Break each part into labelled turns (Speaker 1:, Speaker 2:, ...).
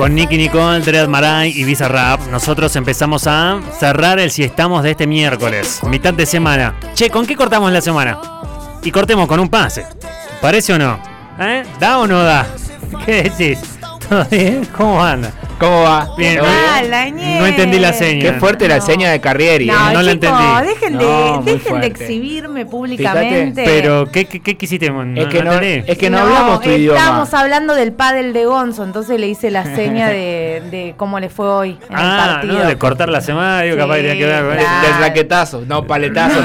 Speaker 1: Con Nicky Nicole, Dread Maray y Visa Rap, nosotros empezamos a cerrar el siestamos de este miércoles, mitad de semana. Che, ¿con qué cortamos la semana? Y cortemos con un pase. ¿Parece o no? ¿Eh? ¿Da o no da? ¿Qué decís? ¿Todo bien? ¿Cómo anda?
Speaker 2: ¿Cómo va?
Speaker 1: Bien,
Speaker 2: ¿Todo bien?
Speaker 1: Ah, No entendí la seña.
Speaker 2: Qué fuerte la
Speaker 3: No.
Speaker 2: seña de Carrieri.
Speaker 3: No,
Speaker 2: ¿eh?
Speaker 1: no la
Speaker 3: chicos,
Speaker 1: entendí.
Speaker 3: dejen de,
Speaker 2: No, muy
Speaker 3: dejen de
Speaker 2: fuerte.
Speaker 3: exhibirme públicamente.
Speaker 1: Pero, ¿qué, qué, qué quisiste? No,
Speaker 2: es que no,
Speaker 1: entendí.
Speaker 2: es que no, hablamos tu idioma.
Speaker 3: Estábamos hablando del pádel de Gonzo, entonces le hice la seña de, de cómo le fue hoy en el
Speaker 1: Ah,
Speaker 3: partido.
Speaker 1: no, de cortar la semana, digo, capaz
Speaker 3: Sí,
Speaker 1: tenía que ver con
Speaker 2: De-
Speaker 3: claro.
Speaker 2: Del raquetazo, no paletazo.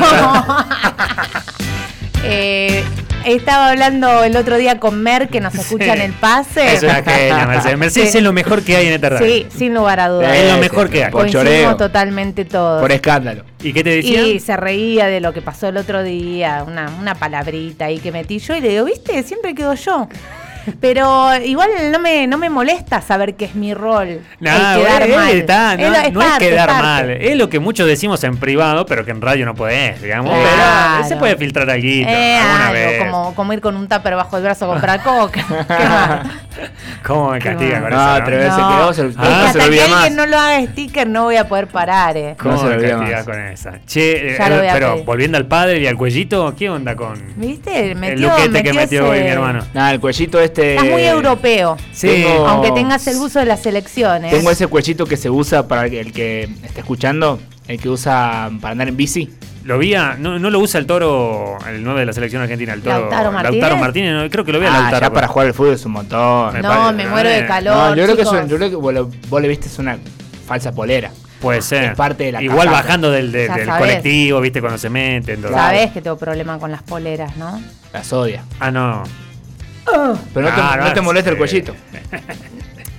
Speaker 3: Eh, estaba hablando el otro día con Mer, que nos escucha en el pase.
Speaker 1: Es una genia, Mercedes. Mercedes
Speaker 3: Sí.
Speaker 1: es lo mejor que hay en esta radio.
Speaker 3: Sí, sin lugar a dudas.
Speaker 1: Es lo mejor que hay.
Speaker 2: Por
Speaker 3: Coincidimos
Speaker 2: choreo,
Speaker 3: totalmente todos.
Speaker 2: por escándalo.
Speaker 1: ¿Y qué te decía?
Speaker 3: Y se reía de lo que pasó el otro día, una, una palabrita ahí que metí yo y le digo, viste, siempre quedo yo. Pero igual no me, no me molesta saber que es mi rol.
Speaker 1: No,
Speaker 3: el quedar
Speaker 1: él
Speaker 3: mal.
Speaker 1: eh, está, no,
Speaker 3: lo-
Speaker 1: no es
Speaker 3: parte,
Speaker 1: quedar
Speaker 3: parte. Eh,
Speaker 1: mal. Es lo que muchos decimos en privado, pero que en radio no podés, digamos.
Speaker 3: Claro.
Speaker 1: Pero se puede filtrar aquí
Speaker 3: Eh,
Speaker 1: alguna
Speaker 3: algo,
Speaker 1: vez.
Speaker 3: Como, como ir con un tupper bajo el brazo a comprar coca. ¿Qué más?
Speaker 1: ¿Cómo me castiga con
Speaker 2: No,
Speaker 1: eso?
Speaker 2: otra vez. Pero se quedó, se-
Speaker 3: es
Speaker 2: no
Speaker 3: que
Speaker 1: se
Speaker 3: hasta
Speaker 2: lo
Speaker 3: que
Speaker 2: olvida
Speaker 3: alguien
Speaker 2: más.
Speaker 3: no lo haga sticker no voy a poder parar, eh.
Speaker 1: ¿Cómo
Speaker 2: No se lo
Speaker 1: me
Speaker 2: olvida
Speaker 1: castiga
Speaker 2: más.
Speaker 1: con esa? Che, eh,
Speaker 3: Ya lo voy a
Speaker 1: pero
Speaker 3: pedir.
Speaker 1: volviendo al padre y al cuellito, ¿qué onda con
Speaker 3: ¿Viste?
Speaker 1: el
Speaker 3: Metió,
Speaker 1: luquete que metió hoy
Speaker 3: ese-
Speaker 1: mi hermano? Eh,
Speaker 2: Nada, el cuellito este.
Speaker 3: Estás muy europeo. ¿eh?
Speaker 1: Sí.
Speaker 2: Tengo-
Speaker 3: Aunque tengas el buzo de las elecciones.
Speaker 2: Tengo ese cuellito que se usa para el que está escuchando, el que usa para andar en bici.
Speaker 1: Lo vi a, no, no lo usa el toro, el 9 de la selección argentina, el toro.
Speaker 3: ¿Lautaro Martínez?
Speaker 1: Martínez, no, creo que lo ve a
Speaker 2: Ah,
Speaker 1: Lautaro.
Speaker 2: ya para jugar al fútbol es un montón.
Speaker 1: Me
Speaker 3: No,
Speaker 1: parece,
Speaker 3: me
Speaker 1: ¿no?
Speaker 3: muero de
Speaker 1: No,
Speaker 3: calor.
Speaker 2: No, yo creo que, es
Speaker 3: chicos.
Speaker 2: un- yo creo que vos, lo- vos le viste es una falsa polera.
Speaker 1: Puede ser.
Speaker 2: Es parte de la
Speaker 1: Igual
Speaker 2: casaca.
Speaker 1: bajando del, de-
Speaker 3: Ya
Speaker 1: del
Speaker 3: sabés.
Speaker 1: colectivo, viste, cuando se meten. todo.
Speaker 3: Sabés que tengo problema con las poleras, ¿no?
Speaker 2: Las odia.
Speaker 1: Ah, no.
Speaker 2: Pero no,
Speaker 1: Ah,
Speaker 2: te, no te molesta el
Speaker 1: sí.
Speaker 2: cuellito.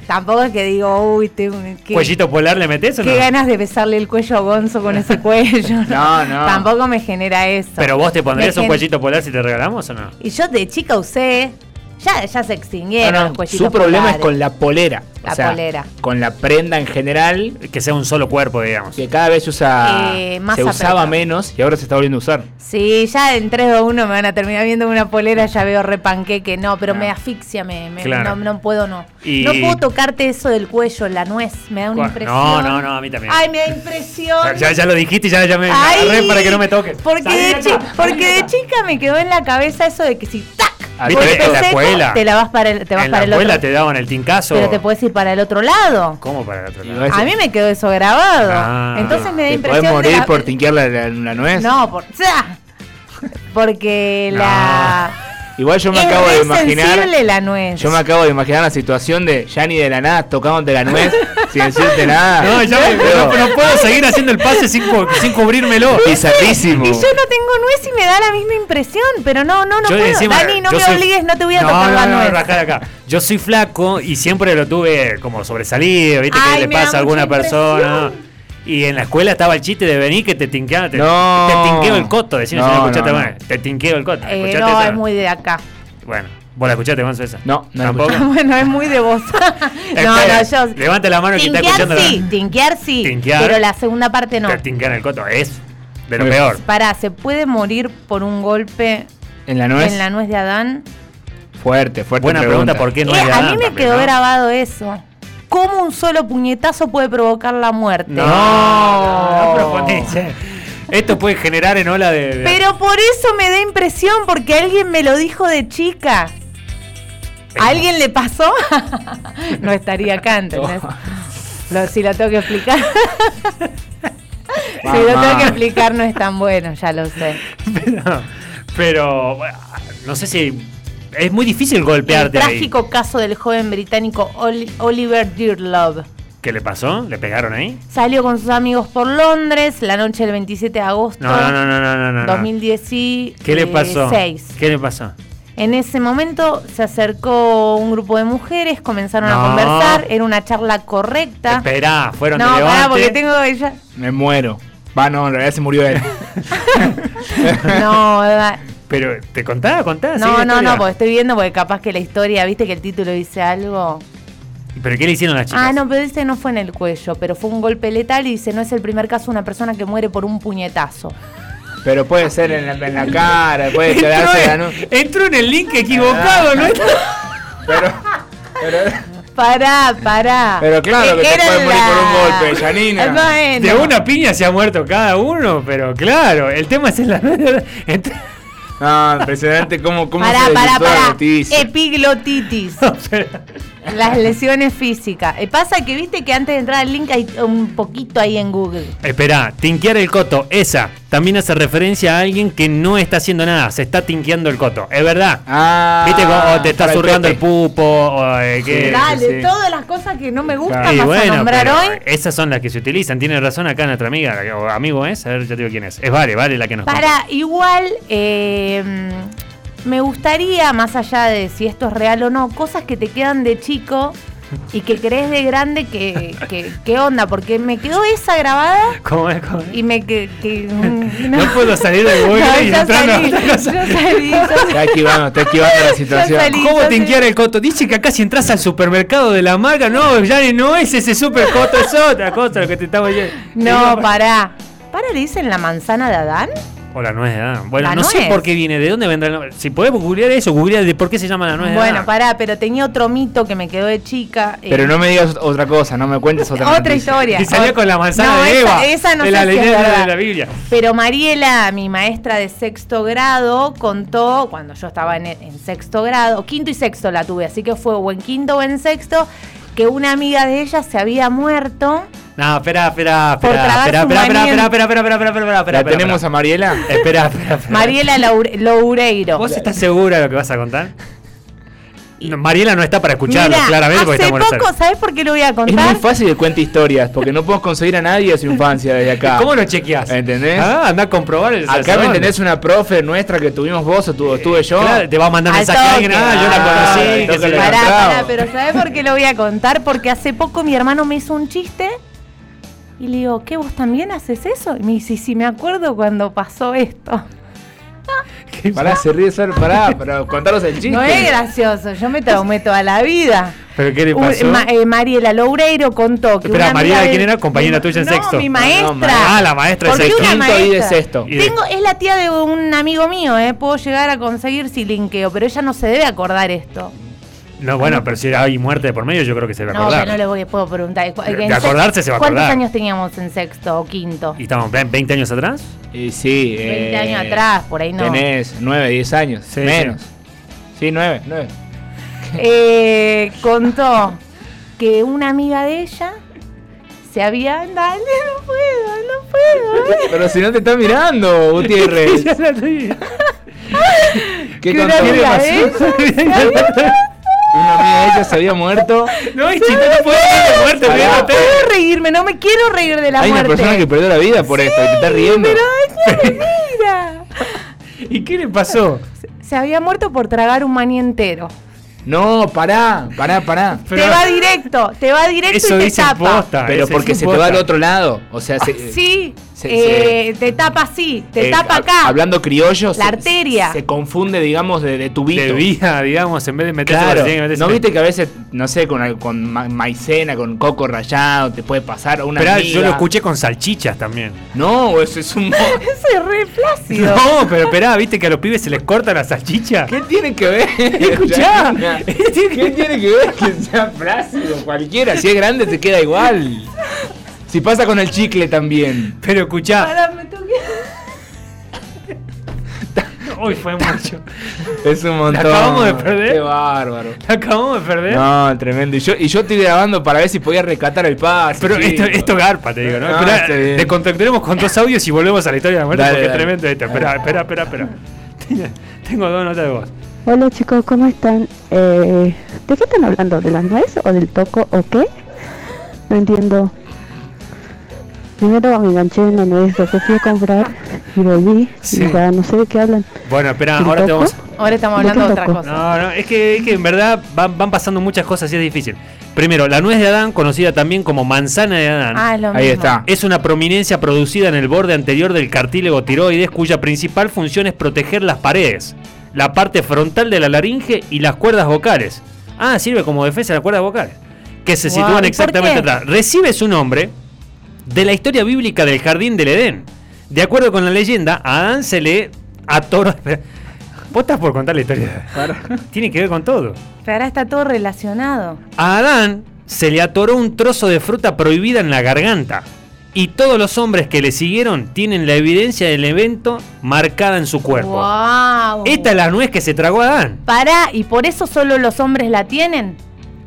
Speaker 3: Tampoco es que digo, uy, tengo qué,
Speaker 1: ¿Cuellito polar le metes o no?
Speaker 3: qué ganas de besarle el cuello a Gonzo con ese cuello.
Speaker 2: No, no.
Speaker 3: Tampoco me genera eso.
Speaker 1: Pero vos te pondrías
Speaker 3: Me
Speaker 1: un
Speaker 3: gen-
Speaker 1: cuellito polar si te regalamos o no?
Speaker 3: Y yo de chica usé. Ya, ya se extinguieron
Speaker 2: No, no,
Speaker 3: los cuellitos.
Speaker 2: su problema es
Speaker 3: polares.
Speaker 2: con la polera.
Speaker 3: La polera.
Speaker 2: Con la prenda en general,
Speaker 1: Que sea un solo cuerpo, digamos.
Speaker 2: que cada vez se usa.
Speaker 3: Eh, más
Speaker 2: se usaba
Speaker 3: apretado.
Speaker 2: menos y ahora se está volviendo a usar.
Speaker 3: Sí, ya en 3, 2, 1 me van a terminar viendo una polera, ya veo repanqueque. No, pero
Speaker 2: No.
Speaker 3: me asfixia, me, me-
Speaker 1: Ah. Claro.
Speaker 3: no, no puedo, no.
Speaker 1: Y-
Speaker 3: No puedo tocarte eso del cuello, la nuez, me da una
Speaker 1: Cua-
Speaker 3: impresión.
Speaker 1: No, no, no, a mí también.
Speaker 3: Ay, me da impresión.
Speaker 1: ya, ya lo dijiste y ya, ya me me
Speaker 3: Ay,
Speaker 1: agarré para que no me toques.
Speaker 3: Porque, de, chi- porque de chica me quedó en la cabeza eso de que si ¡tac!
Speaker 2: Ah,
Speaker 3: golpe
Speaker 2: ¿viste? En
Speaker 1: la
Speaker 3: seco,
Speaker 1: escuela.
Speaker 3: te la vas para el, te vas
Speaker 1: en
Speaker 3: para
Speaker 1: la
Speaker 3: el
Speaker 1: escuela
Speaker 3: otro
Speaker 1: te daban el tincazo.
Speaker 3: Pero te puedes ir para el otro lado.
Speaker 1: ¿Cómo para el otro lado?
Speaker 2: Y vas-
Speaker 3: A mí me quedó eso grabado.
Speaker 1: Ah.
Speaker 3: Entonces me da
Speaker 2: ¿Te
Speaker 3: impresión.
Speaker 2: podés morir
Speaker 3: de la-
Speaker 2: por tinquear la, la- la nuez?
Speaker 3: No, por. ¡Za! Porque
Speaker 1: No.
Speaker 3: la.
Speaker 2: Igual yo me
Speaker 3: es
Speaker 2: acabo
Speaker 3: re
Speaker 2: de imaginar.
Speaker 3: sensible la nuez.
Speaker 2: Yo me acabo de imaginar la situación de Yanni de la nada tocándote la nuez sin decirte nada.
Speaker 1: No, ya me-
Speaker 2: Pero-
Speaker 1: no, no puedo seguir haciendo el pase sin, cu- sin cubrírmelo.
Speaker 2: Bizarrísimo.
Speaker 3: Y yo no tengo nuez y me da la misma impresión, pero no, no, no
Speaker 1: Yo
Speaker 3: puedo.
Speaker 1: encima-
Speaker 3: Dani, no
Speaker 1: yo
Speaker 3: me
Speaker 1: soy-
Speaker 3: obligues, no te voy a
Speaker 1: No,
Speaker 3: tocar
Speaker 1: no,
Speaker 3: la
Speaker 1: no,
Speaker 3: nuez.
Speaker 1: rajá de acá. Yo soy flaco y siempre lo tuve como sobresalido, ¿viste?
Speaker 3: Ay,
Speaker 1: que le
Speaker 3: me da
Speaker 1: pasa a alguna
Speaker 3: mucha
Speaker 1: persona.
Speaker 3: impresión.
Speaker 1: Y en la escuela estaba el chiste de venir que te tinquea, te,
Speaker 2: No.
Speaker 1: te tinqueo el coto, decime si
Speaker 2: No,
Speaker 1: no escuchaste
Speaker 2: no,
Speaker 1: más.
Speaker 2: no.
Speaker 1: Te tinqueo el coto.
Speaker 3: Eh,
Speaker 1: ¿Escuchaste
Speaker 3: no,
Speaker 1: esa?
Speaker 3: es muy de acá.
Speaker 1: Bueno, vos la escuchaste, Gonzo, esa.
Speaker 2: No, no la
Speaker 1: tampoco.
Speaker 2: escuché.
Speaker 3: bueno, es muy de vos. no,
Speaker 1: Espera,
Speaker 3: no, yo.
Speaker 1: Levanta la mano que está escuchando.
Speaker 3: Tinkear
Speaker 1: la-
Speaker 3: sí, tinkear sí,
Speaker 1: Tinkear.
Speaker 3: pero la segunda parte no.
Speaker 1: Te tinquean el coto, es de lo
Speaker 2: Sí.
Speaker 1: peor.
Speaker 3: Pará, ¿se puede morir por un golpe
Speaker 2: ¿En la nuez?
Speaker 3: en la nuez de Adán?
Speaker 2: Fuerte, fuerte.
Speaker 1: Buena pregunta, ¿por qué no
Speaker 3: Eh,
Speaker 1: es de
Speaker 3: a
Speaker 1: Adán
Speaker 3: mí me
Speaker 1: también,
Speaker 3: quedó
Speaker 1: no?
Speaker 3: grabado eso. ¿Cómo un solo puñetazo puede provocar la muerte?
Speaker 1: No, no, profundice. Esto puede generar en ola de. de-
Speaker 3: Pero por eso me da impresión, porque alguien me lo dijo de chica. ¿A alguien le pasó? no estaría acá, ¿entendés? Lo- si lo tengo que explicar. si lo tengo
Speaker 2: Mamá.
Speaker 3: que explicar, no es tan bueno, ya lo sé.
Speaker 1: Pero, pero, bueno, no sé si es muy difícil
Speaker 3: El
Speaker 1: golpearte ahí.
Speaker 3: trágico caso del joven británico Oli- Oliver Dearlove.
Speaker 1: ¿Qué le pasó? ¿Le pegaron ahí?
Speaker 3: Salió con sus amigos por Londres la noche del 27 de agosto
Speaker 1: No, no, no, no, no, no, no.
Speaker 3: 2016.
Speaker 1: ¿Qué le pasó? ¿Qué le pasó?
Speaker 3: En ese momento se acercó un grupo de mujeres, comenzaron
Speaker 1: No.
Speaker 3: a conversar, era una charla correcta.
Speaker 1: Esperá, fueron de
Speaker 3: no,
Speaker 1: Levante.
Speaker 3: pará, porque tengo ella.
Speaker 2: Me muero. Va, no, en realidad se murió él.
Speaker 3: No, da-
Speaker 1: Pero, ¿te contaba? ¿Contaba? ¿Sigue
Speaker 3: no,
Speaker 1: la
Speaker 3: no,
Speaker 1: historia?
Speaker 3: no, porque estoy viendo porque capaz que la historia, viste que el título dice algo.
Speaker 1: ¿Pero qué le hicieron las chicas?
Speaker 3: pues. Ah, no, pero dice no fue en el cuello, pero fue un golpe letal y dice no es el primer caso de una persona que muere por un puñetazo.
Speaker 2: Pero puede ser en la, en la cara, puede quedarse en la
Speaker 1: Entró,
Speaker 2: nuez.
Speaker 1: en, entró en el link equivocado, ¿no?
Speaker 2: Pero, pero
Speaker 3: Pará, pará.
Speaker 2: Pero claro que te
Speaker 3: Eran
Speaker 2: pueden morir por un
Speaker 3: la-
Speaker 2: golpe, Janina.
Speaker 3: Bueno.
Speaker 1: De una piña se ha muerto cada uno, pero claro, el tema es en la. Ent-
Speaker 2: No, impresionante Ah, cómo, cómo
Speaker 3: Pará,
Speaker 2: se
Speaker 3: pará,
Speaker 2: desvirtúa la
Speaker 3: pará. Eh,
Speaker 2: noticia.
Speaker 3: Epiglotitis. Las lesiones físicas. Eh, Pasa que viste que antes de entrar al link hay un poquito ahí en Google.
Speaker 1: Esperá, tinquear el coto, esa también hace referencia a alguien que no está haciendo nada, se está tinqueando el coto, es verdad.
Speaker 2: Ah,
Speaker 1: Viste, como o te está
Speaker 2: para
Speaker 1: zurrando el
Speaker 2: Pepe.
Speaker 1: pupo, o, eh, que-
Speaker 2: Sí,
Speaker 3: Dale,
Speaker 2: sí.
Speaker 3: todas las cosas que no me gustan
Speaker 2: Claro.
Speaker 1: Y
Speaker 3: vas a nombrar
Speaker 1: pero eh,
Speaker 3: hoy.
Speaker 1: Esas son las que se utilizan. Tiene razón acá nuestra amiga, la que- o amigo es. A ver, yo te digo quién es. Es Vale, Vale la que nos contó.
Speaker 3: Para, igual, eh, me gustaría, más allá de si esto es real o no, cosas que te quedan de chico y que crees de grande que, que, que onda, porque me quedó esa grabada
Speaker 1: ¿Cómo es? ¿Cómo es?
Speaker 3: y me que, que- mm,
Speaker 1: No puedo salir del Google y
Speaker 3: ya
Speaker 1: entrar a
Speaker 3: salí,
Speaker 1: otra
Speaker 3: ya
Speaker 1: cosa.
Speaker 3: salí, ya salí.
Speaker 2: Está esquivando, está esquivando la situación.
Speaker 3: salí.
Speaker 1: ¿Cómo
Speaker 3: yo
Speaker 1: te
Speaker 3: sé.
Speaker 1: tinquear el coto? Dice que acá si entras al supermercado de la marca, no, ya no es ese super coto, es otra cosa lo que te estaba diciendo.
Speaker 3: No, pará. ¿Para le dicen la manzana de Adán?
Speaker 1: O la nuez de Adán. Bueno,
Speaker 3: La
Speaker 1: no sé
Speaker 3: nuez.
Speaker 1: por qué viene, de dónde vendrá el nombre. Si podés googlear eso, googlear de por qué se llama la nuez de
Speaker 3: Bueno,
Speaker 1: Adán.
Speaker 3: pará, pero tenía otro mito que me quedó de chica. eh,
Speaker 2: Pero no me digas otra cosa, no me cuentes otra
Speaker 3: Otra
Speaker 2: noticia.
Speaker 3: historia.
Speaker 1: Y salía con la manzana
Speaker 3: No,
Speaker 1: de
Speaker 3: esa-
Speaker 1: Eva.
Speaker 3: esa no
Speaker 1: de
Speaker 3: sé
Speaker 1: la
Speaker 3: si es
Speaker 1: leyenda de
Speaker 3: verdad.
Speaker 1: la Biblia.
Speaker 3: Pero Mariela, mi maestra de sexto grado, contó cuando yo estaba en, en sexto grado, quinto y sexto la tuve, así que fue o en quinto o en sexto, que una amiga de ella se había muerto.
Speaker 1: No, espera, espera,
Speaker 3: Por
Speaker 1: espera,
Speaker 3: tragar
Speaker 1: espera,
Speaker 3: su
Speaker 1: espera, espera,
Speaker 3: maniente.
Speaker 1: espera, espera, espera, espera, espera, espera.
Speaker 2: ¿La tenemos a Mariela?
Speaker 1: Espera, espera, espera.
Speaker 3: Mariela Laure- Loureiro.
Speaker 1: ¿Vos estás segura de lo que vas a contar? No, Mariela no está para escucharlo,
Speaker 3: Mirá,
Speaker 1: claramente, porque
Speaker 3: hace
Speaker 1: está molesta.
Speaker 3: poco, ¿sabés por qué lo voy a
Speaker 2: Es
Speaker 3: contar?
Speaker 2: muy fácil que cuente historias, porque no podemos conseguir a nadie de su infancia desde acá.
Speaker 1: ¿Cómo lo chequeas?
Speaker 2: ¿Entendés?
Speaker 1: Ah, anda a comprobar el
Speaker 2: Acá me entendés una profe nuestra que tuvimos vos o tu- o tuve yo.
Speaker 1: Claro, te va a mandar
Speaker 3: Al
Speaker 1: mensaje a alguien.
Speaker 3: toque.
Speaker 1: Ah, yo
Speaker 2: Ah, al
Speaker 1: la conocí. que
Speaker 2: toque
Speaker 1: se
Speaker 2: le
Speaker 1: la-
Speaker 3: Pará,
Speaker 2: encontraba.
Speaker 3: pará, pero ¿sabés por qué lo voy a contar? Porque hace poco mi hermano me hizo un chiste y le digo, ¿qué vos también haces eso? Y me dice, sí, me acuerdo cuando pasó esto.
Speaker 2: Pará, se ríe Sar, pará, pero contaros el chiste.
Speaker 3: No es gracioso, yo me traumé toda la vida.
Speaker 1: ¿Pero qué le
Speaker 3: Un-
Speaker 1: pasó?
Speaker 3: Ma- eh, Mariela Loureiro contó que.
Speaker 1: Espera,
Speaker 3: una amiga
Speaker 1: Mariela,
Speaker 3: de-
Speaker 1: ¿quién era? Compañera tuya en
Speaker 3: no,
Speaker 1: sexto.
Speaker 3: Mi
Speaker 1: No, no,
Speaker 3: maestra.
Speaker 2: Mariela.
Speaker 1: Ah, la maestra de
Speaker 3: Porque
Speaker 1: sexto.
Speaker 3: una
Speaker 2: Quinto este, y de
Speaker 3: maestra-
Speaker 2: sexto.
Speaker 1: Y de-
Speaker 3: Tengo, es la tía de un amigo mío, eh, puedo llegar a conseguir si linkeo, pero ella no se debe acordar esto.
Speaker 1: No, bueno, pero si hay muerte de por medio, yo creo que se va a
Speaker 3: No,
Speaker 1: acordar.
Speaker 3: pero no le voy, puedo preguntar. Cu-
Speaker 1: De- de
Speaker 3: en sexto-
Speaker 1: acordarse se va a
Speaker 3: ¿Cuántos
Speaker 1: acordar.
Speaker 3: años teníamos en sexto o quinto?
Speaker 1: ¿Y estamos ve- 20 años atrás?
Speaker 2: Y sí,
Speaker 3: 20
Speaker 1: eh,
Speaker 3: años atrás, por ahí no.
Speaker 2: Tenés 9, 10 años,
Speaker 1: Sí,
Speaker 2: menos. Sí, 9, 9.
Speaker 3: Eh, contó que una amiga de ella se había. Dale, no puedo, no puedo. eh.
Speaker 2: Pero si no te está mirando, Gutiérrez. ¿Qué
Speaker 3: Que una
Speaker 2: contó?
Speaker 3: amiga de
Speaker 2: Una
Speaker 3: ella
Speaker 2: amiga de ella se había muerto.
Speaker 1: No, y chico, no puedo hablar de muerte,
Speaker 2: Pará.
Speaker 3: No
Speaker 1: olvídate.
Speaker 3: puedo reírme, no me quiero reír de la
Speaker 2: Hay una
Speaker 3: muerte.
Speaker 2: persona que perdió la vida por esto, que está riendo.
Speaker 3: Pero ay, qué mentira.
Speaker 1: ¿Y qué le pasó?
Speaker 3: Se había muerto por tragar un maní entero.
Speaker 2: No, pará, pará, pará.
Speaker 1: Pero-
Speaker 3: te va directo, te va directo
Speaker 1: Eso
Speaker 3: y te
Speaker 1: dice
Speaker 3: tapa.
Speaker 1: posta.
Speaker 2: Pero
Speaker 1: ese
Speaker 2: porque
Speaker 1: es
Speaker 2: se
Speaker 1: un
Speaker 2: te va
Speaker 1: posta.
Speaker 2: al otro lado. O sea, se,
Speaker 3: Ah, Sí,
Speaker 2: Se-
Speaker 3: eh, te tapa así, te
Speaker 2: eh,
Speaker 3: tapa
Speaker 2: ha-
Speaker 3: acá.
Speaker 2: Hablando criollo, se-
Speaker 3: arteria.
Speaker 2: Se confunde, digamos, de, de tubito.
Speaker 1: De vida, digamos, en vez de meterse
Speaker 2: Claro,
Speaker 1: tiene que meterse-
Speaker 2: ¿no viste que a veces, no sé, con, al- con ma- maicena, con coco rallado, te puede pasar o una
Speaker 1: Esperá,
Speaker 2: miga?
Speaker 1: yo lo escuché con salchichas también.
Speaker 2: No, eso es un... mo-
Speaker 3: Eso es re plácido.
Speaker 1: No, pero esperá, viste que a los pibes se les corta la salchicha.
Speaker 2: ¿Qué tiene que ver?
Speaker 1: Escuchá.
Speaker 2: Janina? ¿Qué tiene que ver que sea plácido cualquiera? Si es grande te queda igual. Si pasa con el chicle también.
Speaker 1: Pero escuchá,
Speaker 3: Pará, me tengo que-
Speaker 1: hoy fue mucho.
Speaker 2: Es un montón.
Speaker 1: acabamos de perder?
Speaker 2: Qué bárbaro.
Speaker 1: La acabamos de
Speaker 2: ¿Eh?
Speaker 1: perder.
Speaker 2: No, tremendo. Y yo, y yo estoy grabando para ver si podía rescatar el pase.
Speaker 1: Pero esto,
Speaker 2: chico.
Speaker 1: esto garpa, te digo, ¿no?
Speaker 2: Ah,
Speaker 1: Esperá,
Speaker 2: está bien.
Speaker 1: te contactaremos con dos audios y volvemos a la historia de la muerte
Speaker 2: Dale,
Speaker 1: porque
Speaker 2: dale.
Speaker 1: es tremendo esto. Espera, espera, espera, espera. Tengo dos notas de voz.
Speaker 4: Hola chicos, ¿cómo están? Eh, ¿De qué están hablando? ¿De las nueces o del toco o qué? No entiendo. Primero me enganché en la nuez, después fui a comprar y volví.
Speaker 1: Sí.
Speaker 4: Y ya no sé de qué hablan.
Speaker 1: Bueno, espera,
Speaker 4: ¿Y
Speaker 1: ahora te
Speaker 4: toco?
Speaker 1: vamos.
Speaker 3: Ahora estamos
Speaker 4: ¿De qué
Speaker 3: hablando de otra
Speaker 4: loco?
Speaker 3: cosa.
Speaker 1: No, no, es que, es que en verdad van, van pasando muchas cosas y es difícil. Primero, la nuez de Adán, conocida también como manzana de Adán.
Speaker 3: Ah, es lo
Speaker 2: Ahí
Speaker 3: mismo.
Speaker 2: está.
Speaker 1: Es una prominencia producida en el borde anterior del cartílago tiroides cuya principal función es proteger las paredes, la parte frontal de la laringe y las cuerdas vocales. Ah, sirve como defensa de las cuerdas vocales, que se
Speaker 3: Wow, ¿y
Speaker 1: sitúan
Speaker 3: por
Speaker 1: exactamente
Speaker 3: qué?
Speaker 1: atrás. Recibe su nombre de la historia bíblica del jardín del Edén. De acuerdo con la leyenda, a Adán se le atoró Vos estás por contar la historia. Tiene que ver con todo.
Speaker 3: Pero ahora está todo relacionado.
Speaker 1: A Adán se le atoró un trozo de fruta prohibida en la garganta. Y todos los hombres que le siguieron tienen la evidencia del evento marcada en su cuerpo.
Speaker 3: ¡Wow!
Speaker 1: Esta es la nuez que se tragó Adán.
Speaker 3: Pará, ¿y por eso solo los hombres la tienen?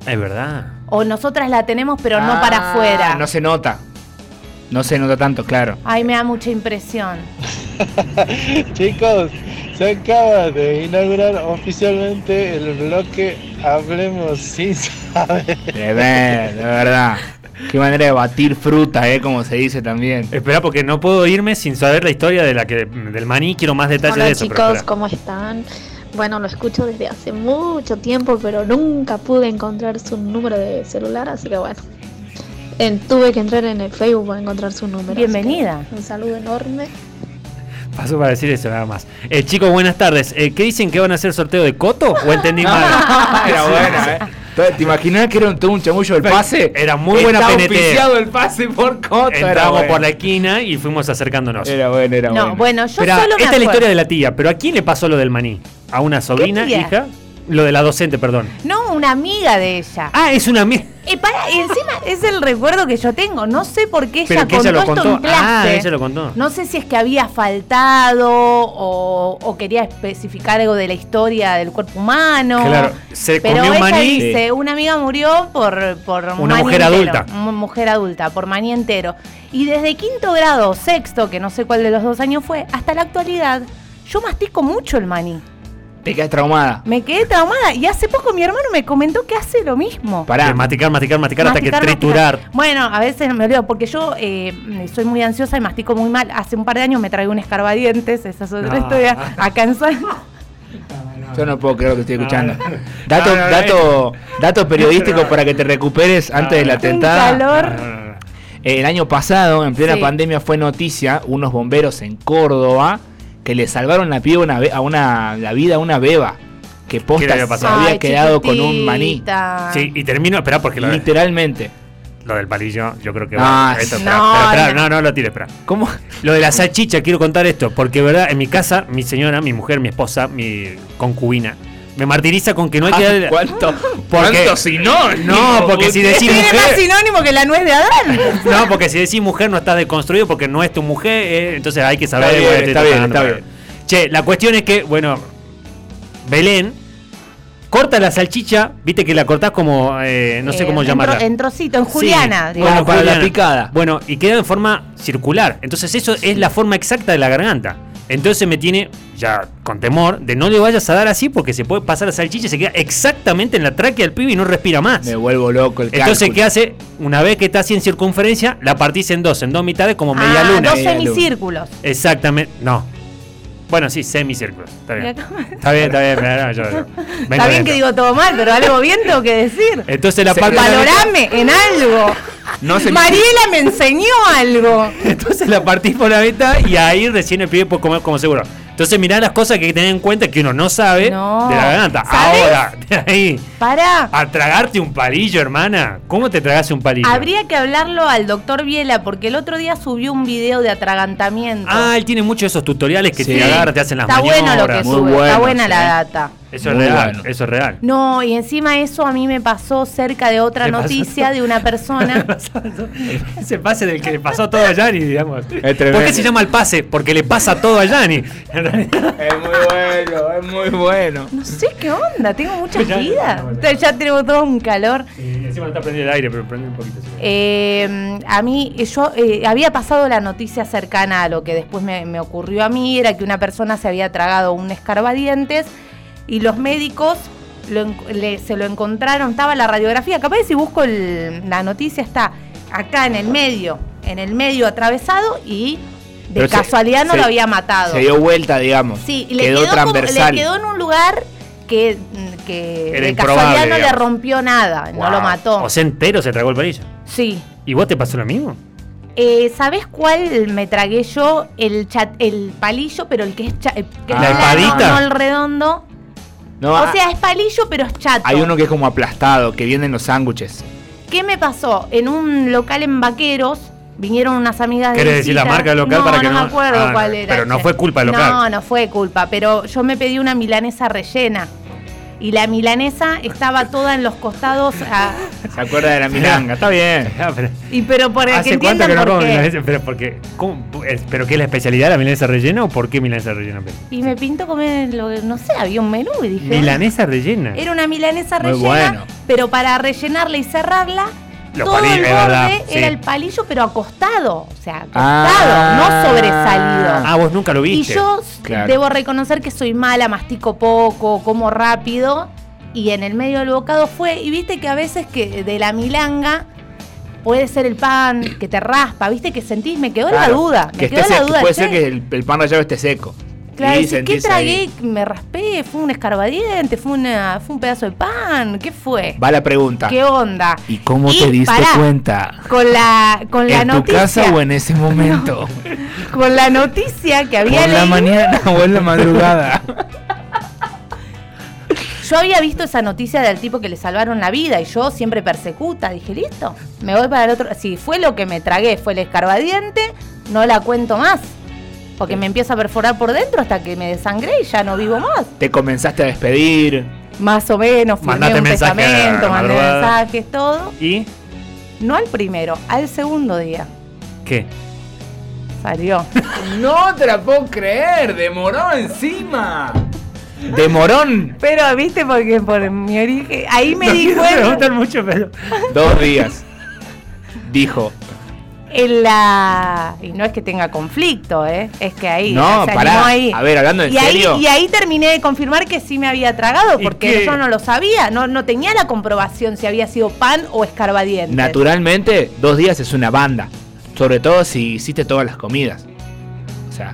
Speaker 1: Es verdad.
Speaker 3: O nosotras la tenemos, pero no para
Speaker 2: Ah,
Speaker 3: afuera.
Speaker 2: No se nota. No se nota tanto, claro.
Speaker 3: Ay, me da mucha impresión.
Speaker 5: Chicos, se acaba de inaugurar oficialmente el bloque Hablemos sin saber.
Speaker 2: Tremendo, de verdad. Qué manera de batir fruta, ¿eh? Como se dice también.
Speaker 1: Espera, porque no puedo irme sin saber la historia de la que, del maní. Quiero más detalles
Speaker 6: Hola
Speaker 1: de eso. pero
Speaker 6: chicos,
Speaker 1: espera.
Speaker 6: ¿cómo están? Bueno, lo escucho desde hace mucho tiempo, pero nunca pude encontrar su número de celular, así que bueno. En- tuve que entrar en el Facebook para encontrar su número. así que
Speaker 3: Bienvenida.
Speaker 6: Un saludo enorme.
Speaker 1: Paso para decir eso, nada más. Eh, chicos, buenas tardes. Eh, ¿Qué dicen que van a hacer sorteo de coto? ¿O entendí mal?
Speaker 2: Ah, Era buena, ¿eh? Entonces, ¿Te imaginas que era un, todo un chamullo el pase?
Speaker 1: Era muy buena
Speaker 2: Estaba
Speaker 1: PNT.
Speaker 2: auspiciado el pase por Coto. era
Speaker 1: Entramos
Speaker 2: bueno. Eh,
Speaker 1: por la esquina y fuimos acercándonos.
Speaker 2: Era bueno, era bueno.
Speaker 3: No, bueno, yo
Speaker 1: Esperá,
Speaker 3: solo me
Speaker 1: esta es la
Speaker 3: acuerdo-
Speaker 1: historia de la tía, pero ¿a quién le pasó lo del maní? ¿A una sobrina,
Speaker 3: tía?
Speaker 1: hija? Lo de la docente, perdón.
Speaker 3: No, una amiga de ella.
Speaker 1: Ah, es una mía.
Speaker 3: Y para, y encima es el recuerdo que yo tengo. No sé por qué ella
Speaker 1: Pero que
Speaker 3: contó
Speaker 1: ella lo
Speaker 3: esto
Speaker 1: contó.
Speaker 3: en clase.
Speaker 1: Ah, ella lo contó.
Speaker 3: No sé si es que había faltado o, o quería especificar algo de la historia del cuerpo humano.
Speaker 1: Claro, se
Speaker 3: Pero
Speaker 1: comió un
Speaker 3: ella
Speaker 1: maní.
Speaker 3: dice, una amiga murió por, por maní
Speaker 1: mujer
Speaker 3: entero,
Speaker 1: adulta.
Speaker 3: mu- mujer adulta, por maní entero. Y desde quinto grado, sexto, que no sé cuál de los dos años fue, hasta la actualidad, yo mastico mucho el maní.
Speaker 2: Te quedas traumada.
Speaker 3: Me quedé traumada y hace poco mi hermano me comentó que hace lo mismo.
Speaker 1: Pará.
Speaker 2: Pará.
Speaker 1: De masticar, masticar, masticar, hasta
Speaker 3: Masticar,
Speaker 1: que triturar.
Speaker 3: masticar. Bueno, a veces me olvido porque yo eh, soy muy ansiosa y mastico muy mal. Hace un par de años me traí un escarbadientes, esa es otra
Speaker 1: No.
Speaker 3: historia, acá en San-
Speaker 2: Yo no puedo creer lo que estoy escuchando.
Speaker 1: No, no.
Speaker 2: Dato,
Speaker 1: No, no, no,
Speaker 2: dato, dato periodístico para que te recuperes antes del
Speaker 1: no.
Speaker 3: Un
Speaker 2: atentado.
Speaker 3: calor.
Speaker 1: No, no,
Speaker 3: Ah.
Speaker 1: no, no.
Speaker 2: Eh, El año pasado, en plena
Speaker 3: Sí.
Speaker 2: pandemia, fue noticia unos bomberos en Córdoba que le salvaron la, piba una, be- a una, la vida a una beba
Speaker 1: ¿Qué
Speaker 2: que
Speaker 1: le
Speaker 2: posta
Speaker 1: había
Speaker 2: se
Speaker 1: pasado?
Speaker 2: había
Speaker 3: Ay,
Speaker 2: quedado con un maní.
Speaker 3: chiquitita.
Speaker 1: Sí, y termino, espera, porque lo,
Speaker 2: Literalmente.
Speaker 1: lo del palillo, yo creo que
Speaker 2: No,
Speaker 1: va. Esto, esperá,
Speaker 3: no,
Speaker 1: esperá, esperá,
Speaker 3: no.
Speaker 1: no, no lo tires, espera.
Speaker 2: ¿Cómo?
Speaker 1: Lo de la salchicha, quiero contar esto, porque verdad, en mi casa, mi señora, mi mujer, mi esposa, mi concubina, me martiriza con que no hay que darle.
Speaker 2: ¿Cuánto?
Speaker 1: Porque-
Speaker 2: Ah, ¿Cuánto si no?
Speaker 1: No, porque si decís
Speaker 3: Tiene más
Speaker 1: mujer.
Speaker 3: sinónimo que la nuez de Adán.
Speaker 1: No, porque si decís mujer no estás desconstruido porque no es tu mujer, eh, entonces hay que saber.
Speaker 2: bien,
Speaker 1: bueno, te
Speaker 2: está
Speaker 1: estoy
Speaker 2: bien,
Speaker 1: tocando,
Speaker 2: está
Speaker 1: pero- Che, la cuestión es que, bueno, Belén corta la salchicha, viste que la cortás como, eh, no sé
Speaker 3: Eh,
Speaker 1: cómo
Speaker 3: en
Speaker 1: llamarla.
Speaker 3: tro- En trocito, en
Speaker 1: Sí,
Speaker 3: Juliana,
Speaker 1: bueno,
Speaker 3: digamos.
Speaker 2: para la
Speaker 1: Juliana.
Speaker 2: picada.
Speaker 1: Bueno, y queda en forma circular. Entonces eso es la forma exacta de la garganta. Entonces me tiene ya con temor de no le vayas a dar así porque se puede pasar la salchicha y se queda exactamente en la tráquea del pibe y no respira más.
Speaker 2: Me vuelvo loco el
Speaker 1: Entonces,
Speaker 2: cálculo.
Speaker 1: ¿qué hace? Una vez que está así en circunferencia, la partís en dos, en dos mitades como media
Speaker 3: Ah,
Speaker 1: luna.
Speaker 3: Dos
Speaker 2: Media luna.
Speaker 3: semicírculos.
Speaker 1: Exactamente. No. Bueno, sí, semicírculos. Está bien.
Speaker 3: Mira cómo-
Speaker 1: Está bien, está bien. mira, yo- yo- vengo
Speaker 3: Está
Speaker 1: de
Speaker 3: bien que
Speaker 1: esto.
Speaker 3: digo todo mal, pero algo bien tengo que decir.
Speaker 1: Entonces la
Speaker 2: Se-
Speaker 1: parte.
Speaker 3: Valorame en algo.
Speaker 2: No se-
Speaker 3: Mariela me enseñó algo.
Speaker 1: Entonces la partís por la mitad y ahí recién el pibe puede comer como seguro. Entonces mirá las cosas que hay que tener en cuenta que uno no sabe
Speaker 3: No.
Speaker 1: de la garganta.
Speaker 3: ¿Sabés?
Speaker 1: Ahora, de ahí,
Speaker 3: Pará.
Speaker 1: a tragarte un palillo, hermana. ¿Cómo te tragaste un palillo?
Speaker 3: Habría que hablarlo al doctor Biela porque el otro día subió un video de atragantamiento.
Speaker 1: Ah, él tiene muchos de esos tutoriales que
Speaker 2: Sí.
Speaker 1: te agarran, te hacen las
Speaker 3: está bueno lo que
Speaker 1: maniobras.
Speaker 2: Muy
Speaker 3: sube, está
Speaker 2: bueno,
Speaker 3: buena
Speaker 2: sí.
Speaker 3: la data.
Speaker 1: Eso es
Speaker 2: Muy
Speaker 1: real,
Speaker 2: bueno.
Speaker 1: eso es real.
Speaker 3: No, y encima eso a mí me pasó cerca de otra
Speaker 1: ¿Te pasó?
Speaker 3: noticia de una persona.
Speaker 1: Ese pase del que le pasó todo a Yanni, digamos.
Speaker 2: tremendo.
Speaker 1: ¿Por qué se llama el pase? Porque le pasa todo a Yanni. En realidad,
Speaker 2: Es muy bueno, es muy bueno.
Speaker 3: No sé qué onda, tengo muchas
Speaker 1: Ya,
Speaker 3: vidas.
Speaker 1: bueno.
Speaker 3: Ya, tengo todo un calor.
Speaker 1: eh, encima no está prendiendo el aire, pero prende un poquito.
Speaker 3: Eh, a mí, yo eh, había pasado la noticia cercana a lo que después me, me ocurrió a mí, era que una persona se había tragado un escarbadientes y los médicos lo en- le- se lo encontraron, estaba la radiografía, capaz si busco el- la noticia está acá en el medio, en el medio atravesado y de
Speaker 2: Pero se-
Speaker 3: casualidad no
Speaker 2: se-
Speaker 3: lo había matado.
Speaker 2: Se dio vuelta, digamos.
Speaker 3: Sí, y le
Speaker 2: quedó,
Speaker 3: quedó, como-
Speaker 2: transversal.
Speaker 3: le quedó en un lugar que, que
Speaker 1: Era
Speaker 3: de
Speaker 1: improbable,
Speaker 3: casualidad no le
Speaker 1: digamos.
Speaker 3: rompió nada, no lo mató.
Speaker 1: O sea, entero se tragó el palillo.
Speaker 3: sí.
Speaker 1: ¿Y vos te pasó lo mismo?
Speaker 3: Eh, ¿Sabes cuál me tragué yo? El chat, el palillo, pero el que es cha- eh, que es
Speaker 1: ¿La
Speaker 3: plano,
Speaker 1: espadita? ah.
Speaker 3: no el redondo.
Speaker 2: No,
Speaker 3: o sea, es palillo, pero es chato.
Speaker 2: Hay uno que es como aplastado, que viene en los sándwiches.
Speaker 3: ¿Qué me pasó? En un local en Vaqueros Vinieron unas amigas de.
Speaker 1: ¿Quieres decir
Speaker 3: visita.
Speaker 1: la marca local
Speaker 3: no,
Speaker 1: para que
Speaker 3: no
Speaker 1: no-
Speaker 3: me acuerdo
Speaker 1: Ah,
Speaker 3: cuál
Speaker 1: no,
Speaker 3: era.
Speaker 1: pero no
Speaker 3: che.
Speaker 1: fue culpa local.
Speaker 3: No, no fue culpa. Pero yo me pedí una milanesa rellena. Y la milanesa estaba toda en los costados. a-
Speaker 2: ¿Se acuerda de la milanga? Está bien.
Speaker 1: Ah, pero-
Speaker 3: y pero para que
Speaker 1: ¿Hace cuánto
Speaker 3: entiendan
Speaker 1: que no
Speaker 3: por
Speaker 1: como
Speaker 3: qué.
Speaker 1: milanesa? Pero, porque, ¿cómo? Es- ¿Pero qué es la especialidad, la milanesa rellena o por qué milanesa rellena?
Speaker 3: Y me pintó comer, lo que- no sé, había un menú y dije.
Speaker 1: ¿Milanesa rellena?
Speaker 3: Era una milanesa
Speaker 2: Muy
Speaker 3: rellena,
Speaker 2: bueno.
Speaker 3: pero para rellenarla y cerrarla,
Speaker 1: Los
Speaker 3: todo
Speaker 1: palillos,
Speaker 3: el
Speaker 1: es
Speaker 3: borde
Speaker 1: verdad, sí.
Speaker 3: era el palillo, pero acostado. O sea, acostado,
Speaker 2: Ah.
Speaker 3: no sobresalido.
Speaker 1: Ah, vos nunca lo
Speaker 3: y
Speaker 1: viste.
Speaker 3: yo
Speaker 2: Claro.
Speaker 3: debo reconocer que soy mala, mastico poco, como rápido. Y en el medio del bocado fue. Y viste que a veces que de la milanga. Puede ser el pan que te raspa, viste que sentís, me quedó la
Speaker 2: Claro.
Speaker 3: duda, me
Speaker 2: Que
Speaker 3: quedó
Speaker 2: esté
Speaker 3: la
Speaker 2: seco.
Speaker 3: duda.
Speaker 2: Puede
Speaker 3: che.
Speaker 2: ser que el, el pan rallado esté seco.
Speaker 3: Claro,
Speaker 2: Y
Speaker 3: decís, ¿qué
Speaker 2: sentís
Speaker 3: tragué?
Speaker 2: ahí.
Speaker 3: Me raspé, fue un escarbadiente, fue, una, fue un pedazo de pan, ¿qué fue?
Speaker 2: Va la pregunta.
Speaker 3: ¿Qué onda?
Speaker 2: ¿Y cómo
Speaker 3: Y
Speaker 2: te diste
Speaker 3: pará,
Speaker 2: cuenta?
Speaker 3: Con la, con la
Speaker 2: ¿En tu
Speaker 3: noticia.
Speaker 2: casa o en ese momento?
Speaker 3: Con la noticia que
Speaker 2: ¿O
Speaker 3: había
Speaker 2: en la
Speaker 3: leído.
Speaker 2: mañana o en la madrugada?
Speaker 3: Yo había visto esa noticia del tipo que le salvaron la vida y yo siempre persecuta. Dije, listo, me voy para el otro. Si fue lo que me tragué, fue el escarbadiente, no la cuento más. Porque me empiezo a perforar por dentro hasta que me desangré y ya no vivo más.
Speaker 2: ¿Te comenzaste a despedir?
Speaker 3: Más o menos, firmé
Speaker 1: Mandaste
Speaker 3: un
Speaker 1: mensaje a la
Speaker 3: testamento, mandé
Speaker 1: madrugada.
Speaker 3: mensajes, todo.
Speaker 1: ¿Y
Speaker 3: No al primero, al segundo día.
Speaker 1: qué?
Speaker 3: Salió.
Speaker 2: No te la puedo creer, demoró encima. Demorón
Speaker 3: Pero, viste, porque por mi origen. Ahí me di
Speaker 1: Me
Speaker 3: cuenta.
Speaker 1: gustan mucho, pero.
Speaker 2: dos días. Dijo.
Speaker 3: En la. Y no es que tenga conflicto, ¿eh? Es que ahí.
Speaker 2: No,
Speaker 3: se
Speaker 2: pará.
Speaker 3: animó ahí.
Speaker 2: A ver, hablando en
Speaker 3: y ahí,
Speaker 2: serio.
Speaker 3: y ahí terminé de confirmar que sí me había tragado,
Speaker 1: ¿Y
Speaker 3: porque
Speaker 1: qué?
Speaker 3: yo no lo sabía. No, no tenía la comprobación si había sido pan o escarbadiente.
Speaker 2: Naturalmente, dos días es una banda. Sobre todo si hiciste todas las comidas. O sea,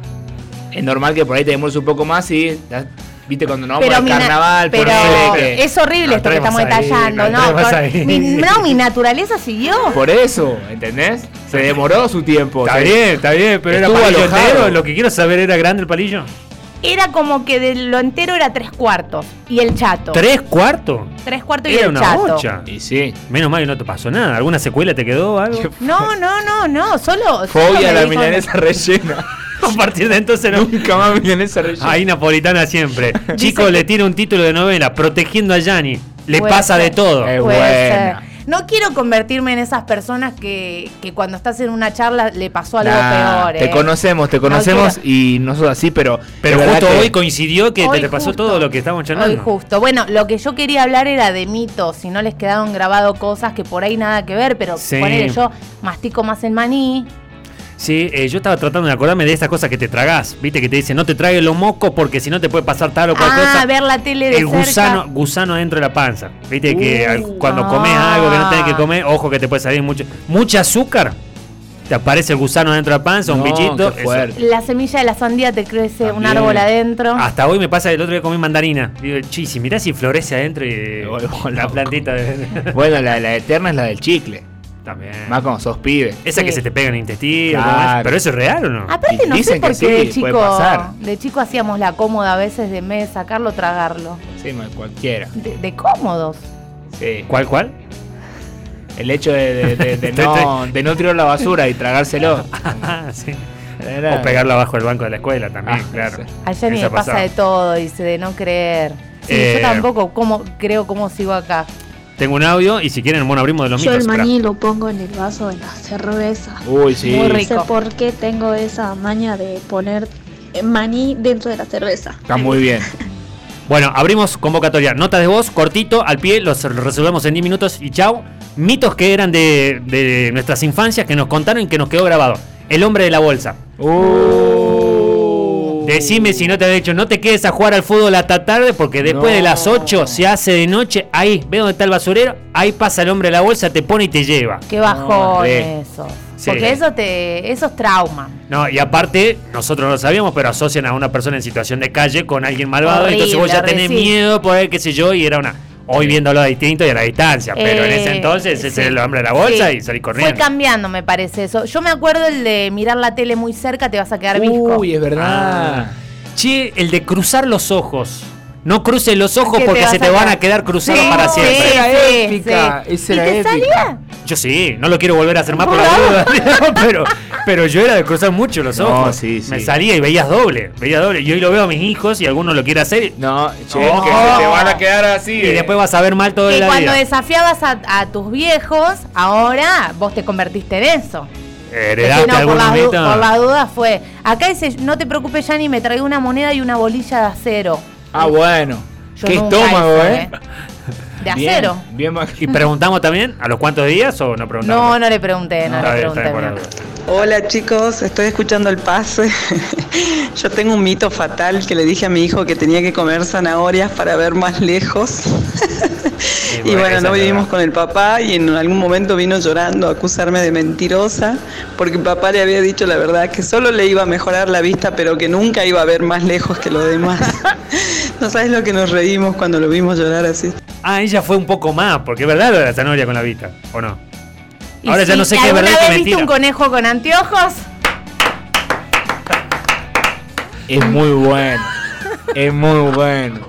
Speaker 2: es normal que por ahí te demores un poco más y. ya- ¿Viste cuando nos vamos
Speaker 3: Pero,
Speaker 2: al
Speaker 3: mi na-
Speaker 2: carnaval?
Speaker 3: pero
Speaker 2: ponele que-
Speaker 3: es horrible
Speaker 1: No
Speaker 3: esto que estamos
Speaker 1: entremos ahí,
Speaker 3: detallando,
Speaker 1: no
Speaker 3: ¿no?
Speaker 1: entremos
Speaker 3: Por-
Speaker 1: ahí.
Speaker 3: mi, no, mi naturaleza siguió.
Speaker 2: Por eso, ¿entendés? Se demoró su tiempo.
Speaker 1: Está
Speaker 2: se-
Speaker 1: bien, está bien, pero era
Speaker 2: Estuvo
Speaker 1: palillo
Speaker 2: alojado.
Speaker 1: entero. Lo que quiero saber era grande el palillo.
Speaker 3: Era como que de lo entero era tres cuartos y el chato.
Speaker 1: ¿Tres cuartos?
Speaker 3: Tres cuartos y
Speaker 1: Era
Speaker 3: el
Speaker 1: una
Speaker 3: chato.
Speaker 1: bocha.
Speaker 2: Y sí.
Speaker 1: Menos mal que no te pasó nada. ¿Alguna secuela te quedó o algo?
Speaker 3: No, no, no, no, solo. solo
Speaker 2: Fobia
Speaker 3: me
Speaker 2: a la
Speaker 3: dijo-
Speaker 2: milanesa rellena.
Speaker 1: A partir de entonces no.
Speaker 2: Nunca más milanesa rellena.
Speaker 1: Ahí napolitana siempre. Chico, le tira un título de novela, protegiendo a Yanni. Le
Speaker 3: Puede
Speaker 1: pasa de
Speaker 3: ser.
Speaker 1: todo.
Speaker 2: Eh,
Speaker 3: Puede
Speaker 2: buena.
Speaker 3: ser. No quiero convertirme en esas personas que, que cuando estás en una charla le pasó algo
Speaker 2: Nah,
Speaker 3: peor.
Speaker 2: Te
Speaker 3: eh.
Speaker 2: conocemos, te conocemos y no sos así, pero.
Speaker 1: Pero
Speaker 2: es verdad
Speaker 1: justo
Speaker 2: que-
Speaker 1: hoy coincidió que
Speaker 3: Hoy
Speaker 1: te, te pasó
Speaker 3: justo.
Speaker 1: todo lo que estábamos
Speaker 3: Hoy
Speaker 1: charlando.
Speaker 3: justo. Bueno, lo que yo quería hablar era de mitos, si no les quedaron grabado cosas que por ahí nada que ver, pero
Speaker 1: Sí.
Speaker 3: ponele, yo mastico más el maní.
Speaker 1: Sí, eh, yo estaba tratando de acordarme de esas cosas que te tragás. Viste que te dicen, no te tragues los mocos porque si no te puede pasar tal o cual
Speaker 3: Ah,
Speaker 1: cosa.
Speaker 3: ver la tele de
Speaker 1: el
Speaker 3: cerca.
Speaker 1: gusano, gusano dentro de la panza. Viste que al- cuando
Speaker 3: ah.
Speaker 1: comes algo que no tenés que comer, ojo que te puede salir mucho. Mucha azúcar. Te aparece el gusano dentro de la panza, un
Speaker 2: No,
Speaker 1: bichito.
Speaker 2: qué
Speaker 1: eso.
Speaker 2: fuerte.
Speaker 3: La semilla de la sandía te crece un
Speaker 2: También. Ah,
Speaker 3: árbol adentro.
Speaker 1: Hasta hoy me pasa el otro día comí mandarina. Digo, chis, mirá si florece adentro y eh,
Speaker 2: vuelvo
Speaker 1: la
Speaker 2: loco.
Speaker 1: plantita de-
Speaker 2: Bueno, la, la eterna es la del chicle.
Speaker 1: También.
Speaker 2: Más cuando sos pibe.
Speaker 1: Esa que
Speaker 3: Sí. Ah.
Speaker 1: se te pega en el intestino.
Speaker 2: Claro.
Speaker 1: Pero eso es real o no?
Speaker 3: Aparte no sé
Speaker 2: Dicen
Speaker 3: por
Speaker 2: que
Speaker 3: qué de
Speaker 2: sí, puede
Speaker 3: chico,
Speaker 2: pasar.
Speaker 3: de chico hacíamos la cómoda a veces de me sacarlo, tragarlo.
Speaker 2: Sí, ma- cualquiera.
Speaker 3: De, de cómodos.
Speaker 2: Sí.
Speaker 1: ¿Cuál, cuál?
Speaker 2: El hecho de, de- de- de
Speaker 1: Estoy-
Speaker 2: no, de no tirar la basura y tragárselo.
Speaker 1: Ah, sí.
Speaker 2: Era-
Speaker 1: O pegarlo abajo del banco de la escuela también,
Speaker 2: Ah,
Speaker 1: claro.
Speaker 2: sí.
Speaker 3: Allá ni
Speaker 1: Esa
Speaker 3: me pasa
Speaker 1: pasaba.
Speaker 3: de todo, dice, de no creer. Sí,
Speaker 1: Eh,
Speaker 3: yo tampoco como, creo cómo sigo acá.
Speaker 1: Tengo un audio y si quieren, bueno, abrimos de los
Speaker 6: Yo
Speaker 1: mitos.
Speaker 6: el
Speaker 1: espera.
Speaker 6: maní lo pongo en el vaso de la cerveza.
Speaker 2: Uy, sí.
Speaker 3: Muy
Speaker 6: No sé
Speaker 3: rico.
Speaker 6: por qué tengo esa maña de poner maní dentro de la cerveza.
Speaker 2: Está muy bien.
Speaker 1: Bueno, abrimos convocatoria. Notas de voz, cortito, al pie, los resolvemos en 10 minutos y chau. Mitos que eran de, de nuestras infancias que nos contaron y que nos quedó grabado. El hombre de la bolsa.
Speaker 2: Uh.
Speaker 1: Decime si no te había dicho, no te quedes a jugar al fútbol hasta tarde porque después
Speaker 2: No.
Speaker 1: de las 8 se hace de noche. Ahí, ve dónde está el basurero, ahí pasa el hombre de la bolsa, te pone y te lleva.
Speaker 3: Qué bajón
Speaker 2: re.
Speaker 3: eso.
Speaker 1: Sí.
Speaker 3: Porque eso te, eso es trauma.
Speaker 1: No, y aparte, nosotros no lo sabíamos, pero asocian a una persona en situación de calle con alguien malvado,
Speaker 3: Horrible,
Speaker 1: entonces vos ya
Speaker 3: horrible,
Speaker 1: tenés
Speaker 3: sí.
Speaker 1: miedo por él, qué sé yo, y era una. Hoy viéndolo distinto y a la distancia, pero en
Speaker 3: Eh,
Speaker 1: ese entonces ese
Speaker 3: sí.
Speaker 1: era el hombre de la bolsa
Speaker 3: Sí.
Speaker 1: y salí
Speaker 3: Fue
Speaker 1: corriendo.
Speaker 3: cambiando, me parece eso. Yo me acuerdo el de mirar la tele muy cerca, te vas a quedar visco.
Speaker 2: Uy, es verdad.
Speaker 1: Che, el de cruzar los ojos. No cruces los ojos
Speaker 3: ¿Qué te
Speaker 1: porque
Speaker 3: vas
Speaker 1: se
Speaker 3: a
Speaker 1: te van
Speaker 3: dar?
Speaker 1: a quedar cruzados
Speaker 3: Sí,
Speaker 1: para
Speaker 3: no,
Speaker 1: siempre.
Speaker 3: sí.
Speaker 2: Esa era épica.
Speaker 3: sí.
Speaker 2: Esa
Speaker 3: ¿Y
Speaker 2: era
Speaker 3: te
Speaker 2: épica.
Speaker 3: salía?
Speaker 1: Yo sí, no lo quiero volver a hacer más por la duda, digamos, pero, pero yo era de cruzar mucho los
Speaker 2: No,
Speaker 1: ojos.
Speaker 2: sí, sí.
Speaker 1: Me salía y veías doble, veía doble. Y hoy lo veo a mis hijos y alguno lo quiere hacer.
Speaker 2: No, che,
Speaker 1: No.
Speaker 2: que se te van a quedar así.
Speaker 1: Y
Speaker 2: eh.
Speaker 1: después vas a ver mal todo el
Speaker 3: Que
Speaker 1: día.
Speaker 3: cuando desafiabas a, a tus viejos, ahora vos te convertiste en eso.
Speaker 1: Heredaste
Speaker 3: Es que no, por
Speaker 1: algún
Speaker 3: la, du-
Speaker 1: momento.
Speaker 3: por la duda fue. Acá dice, no te preocupes, Yanni, me traigo una moneda y una bolilla de acero.
Speaker 2: Ah, bueno.
Speaker 3: Yo
Speaker 2: Qué
Speaker 3: nunca
Speaker 2: estómago,
Speaker 3: hice,
Speaker 2: eh.
Speaker 3: De
Speaker 2: Bien,
Speaker 3: acero.
Speaker 2: Bien, ma-
Speaker 1: ¿Y preguntamos también a los cuántos días o no
Speaker 3: No,
Speaker 1: preguntamos?
Speaker 3: no le pregunté, no,
Speaker 1: Está
Speaker 3: le
Speaker 1: bien, está
Speaker 3: pregunté.
Speaker 1: bien, por la
Speaker 3: mira.
Speaker 1: duda.
Speaker 7: Hola chicos, estoy escuchando el pase. Yo tengo un mito fatal que le dije a mi hijo que tenía que comer zanahorias para ver más lejos. Y bueno,
Speaker 1: esa
Speaker 7: no
Speaker 1: es la
Speaker 7: vivimos
Speaker 1: verdad.
Speaker 7: con el papá y en algún momento vino llorando a acusarme de mentirosa porque papá le había dicho la verdad que solo le iba a mejorar la vista pero que nunca iba a ver más lejos que los demás. No sabes lo que nos reímos cuando lo vimos llorar así.
Speaker 1: Ah, ella fue un poco más, porque es verdad lo de la zanahoria con la vista, ¿o no?
Speaker 3: Y
Speaker 1: Ahora ya
Speaker 3: si
Speaker 1: no sé qué es
Speaker 3: alguna
Speaker 1: verdad y qué
Speaker 3: vez viste
Speaker 1: mentira.
Speaker 3: un conejo con anteojos?
Speaker 2: es muy bueno. Es muy bueno.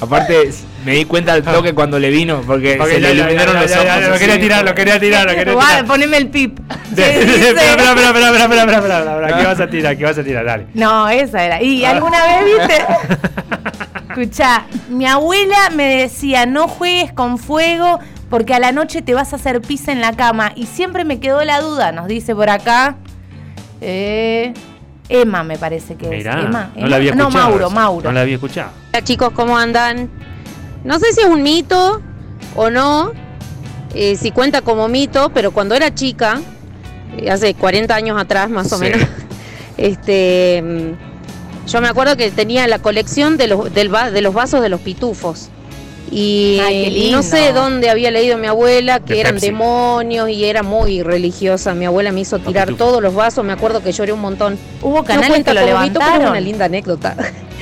Speaker 2: Aparte, s- me di cuenta al toque cuando le vino, porque
Speaker 1: Porque
Speaker 2: se
Speaker 1: ya,
Speaker 2: le
Speaker 1: ya,
Speaker 2: iluminaron
Speaker 1: ya,
Speaker 2: los
Speaker 1: ya,
Speaker 2: ojos.
Speaker 1: ya, Lo
Speaker 2: así.
Speaker 1: quería tirar, lo quería tirar, lo quería
Speaker 3: Guarda,
Speaker 1: tirar.
Speaker 3: poneme el pip.
Speaker 1: Sí,
Speaker 3: Sí,
Speaker 1: sí,
Speaker 3: sí.
Speaker 1: sí, Espera, espera, espera, espera, espera, espera, espera, espera, espera, ¿qué vas a tirar? ¿Qué vas a tirar? Dale.
Speaker 3: No, esa era. ¿Y
Speaker 1: Ah.
Speaker 3: alguna vez viste? Escuchá, mi abuela me decía, no juegues con fuego porque a la noche te vas a hacer pis en la cama. Y siempre me quedó la duda, nos dice por acá. Eh, Emma me parece que
Speaker 1: Mirá,
Speaker 3: es. Emma,
Speaker 1: no la había
Speaker 3: Emma.
Speaker 1: escuchado.
Speaker 3: Mauro,
Speaker 1: esa.
Speaker 3: Mauro.
Speaker 1: No la había escuchado.
Speaker 8: Hola chicos, ¿cómo andan? No sé si es un mito o no, eh, si cuenta como mito, pero cuando era chica, eh, hace 40 años atrás más o
Speaker 1: Sí.
Speaker 8: menos, este, mm, yo me acuerdo que tenía la colección de los, del va- de los vasos de los pitufos. Y
Speaker 3: Ay, qué lindo.
Speaker 8: no sé dónde había leído mi abuela que
Speaker 1: De
Speaker 8: eran
Speaker 1: Pepsi.
Speaker 8: demonios y era muy religiosa. Mi abuela me hizo tirar
Speaker 1: pitufos.
Speaker 8: todos los vasos, me acuerdo que lloré un montón.
Speaker 3: Hubo
Speaker 8: No
Speaker 3: canales
Speaker 8: cuenta
Speaker 3: que lo
Speaker 8: como mito, pero es una
Speaker 3: levantaron.
Speaker 8: linda anécdota.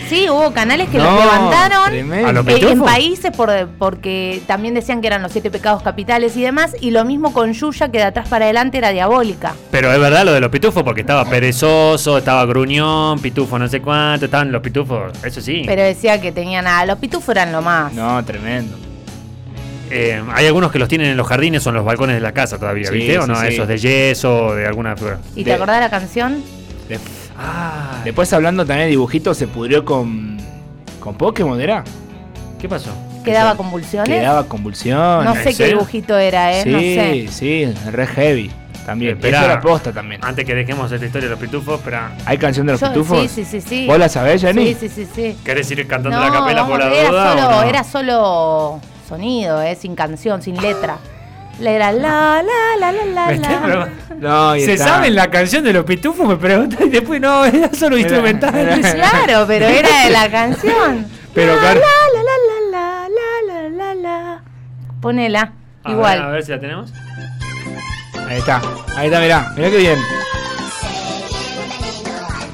Speaker 3: Sí, hubo canales que los
Speaker 2: No,
Speaker 3: levantaron.
Speaker 2: tremendo.
Speaker 1: A lo
Speaker 3: Eh, en
Speaker 1: ¿Pitufo?
Speaker 3: países por, porque también decían que eran los siete pecados capitales y demás, y lo mismo con Yuya que de atrás para adelante era diabólica.
Speaker 1: Pero es verdad lo de los pitufos, porque estaba perezoso, estaba gruñón, pitufo no sé cuánto, estaban los pitufos, eso sí.
Speaker 3: Pero decía que tenían nada, los pitufos eran lo más.
Speaker 2: No, tremendo.
Speaker 1: Eh, hay algunos que los tienen en los jardines o en los balcones de la casa todavía,
Speaker 2: Sí,
Speaker 1: ¿viste? o
Speaker 2: sí,
Speaker 1: no,
Speaker 2: sí.
Speaker 1: esos de yeso o de alguna figura.
Speaker 3: ¿Y
Speaker 2: De-
Speaker 3: te acordás de la canción?
Speaker 2: De-
Speaker 1: Ah,
Speaker 2: Después hablando también de dibujitos, se pudrió con. con Pokémon, ¿era?
Speaker 1: ¿qué pasó?
Speaker 3: Que daba convulsiones.
Speaker 2: Que daba convulsión.
Speaker 3: no
Speaker 1: ¿en
Speaker 3: sé qué
Speaker 1: serio?
Speaker 3: dibujito era, ¿eh?
Speaker 2: sí,
Speaker 3: no sé.
Speaker 2: sí, re heavy. También.
Speaker 1: Esperá.
Speaker 2: Eso era posta también.
Speaker 1: Antes que dejemos esta historia de los pitufos, pero
Speaker 2: ¿Hay canción de los
Speaker 3: Yo-
Speaker 2: pitufos?
Speaker 3: sí, sí, sí, sí.
Speaker 2: ¿Vos la sabés, Jenny?
Speaker 3: Sí, sí, sí, sí.
Speaker 1: ¿querés ir cantando
Speaker 3: No,
Speaker 1: la capela por la
Speaker 3: vamos, era,
Speaker 1: duda? o
Speaker 3: solo,
Speaker 1: no?
Speaker 3: era solo sonido, ¿eh? Sin canción, sin letra. La era la, la, la, la, la,
Speaker 1: Me está
Speaker 3: la.
Speaker 1: preguntando.
Speaker 2: No, y
Speaker 1: ¿Se
Speaker 2: está.
Speaker 1: saben la canción de los pitufos? Me preguntan y después no, era solo
Speaker 2: Era-
Speaker 1: instrumental.
Speaker 2: era-
Speaker 3: Claro, pero era de la canción.
Speaker 2: Pero,
Speaker 3: la,
Speaker 2: Car-
Speaker 3: la, la, la, la, la, la, la, la. Ponela.
Speaker 1: A
Speaker 3: Igual.
Speaker 1: ver, a ver si la tenemos.
Speaker 2: Ahí está. Ahí está, mirá. Mirá qué bien.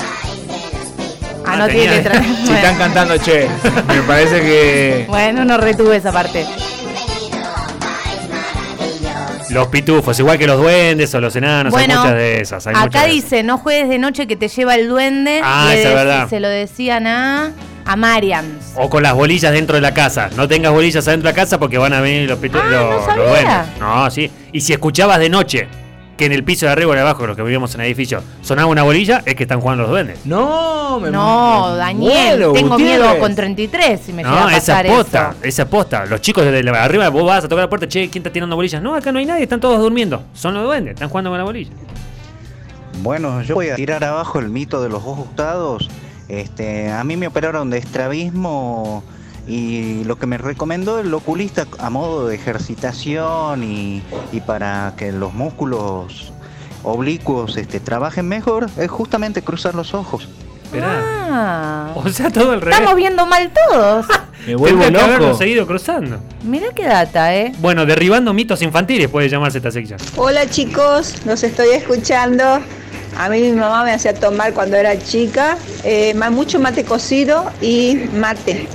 Speaker 3: ah,
Speaker 1: Ah,
Speaker 3: no tiene
Speaker 1: tenía-
Speaker 3: letra.
Speaker 2: Si están cantando, che. Me parece que.
Speaker 3: Bueno, no retuve esa parte.
Speaker 1: Los pitufos, igual que los duendes o los enanos, hay muchas de esas. hay muchas
Speaker 3: acá
Speaker 1: de esas.
Speaker 3: dice, no juegues de noche que te lleva el duende.
Speaker 1: Ah,
Speaker 3: Le
Speaker 1: esa es
Speaker 3: dec-
Speaker 1: verdad.
Speaker 3: Se lo decían a, a Marian.
Speaker 1: O con las bolillas dentro de la casa. No tengas bolillas adentro de la casa porque van a venir los pitufos.
Speaker 3: Ah,
Speaker 1: los,
Speaker 3: no
Speaker 1: los
Speaker 3: sabía.
Speaker 1: duendes. No, sí. Y si escuchabas de noche que en el piso de arriba o de abajo, los que vivíamos en edificios, sonaba una bolilla, es que están jugando los duendes.
Speaker 2: No, me
Speaker 3: No,
Speaker 2: me
Speaker 3: Daniel,
Speaker 2: muero,
Speaker 3: tengo
Speaker 2: Gutiérrez.
Speaker 3: miedo con 33 si me llega
Speaker 1: No,
Speaker 3: a
Speaker 1: esa
Speaker 3: pasar
Speaker 1: es posta,
Speaker 3: eso.
Speaker 1: esa es posta. Los chicos de la- arriba, vos vas a tocar la puerta, che, ¿quién está tirando bolillas? No, acá no hay nadie, están todos durmiendo. Son los duendes, están jugando con la bolilla.
Speaker 9: Bueno, yo voy a tirar abajo el mito de los ojos usados. Este, a mí me operaron de estrabismo y lo que me recomendó el oculista a modo de ejercitación y, y para que los músculos oblicuos este, trabajen mejor es justamente cruzar los ojos.
Speaker 1: Esperá.
Speaker 3: Ah,
Speaker 1: O sea, todo el revés.
Speaker 3: estamos viendo mal todos.
Speaker 2: Me
Speaker 1: Tendría
Speaker 2: vuelvo
Speaker 1: que haberlo
Speaker 2: loco.
Speaker 1: seguido cruzando.
Speaker 3: Mirá qué data, ¿eh?
Speaker 1: Bueno, derribando mitos infantiles puede llamarse esta sección.
Speaker 10: Hola chicos, los estoy escuchando. A mí mi mamá me hacía tomar cuando era chica eh, ma- mucho mate cocido y mate.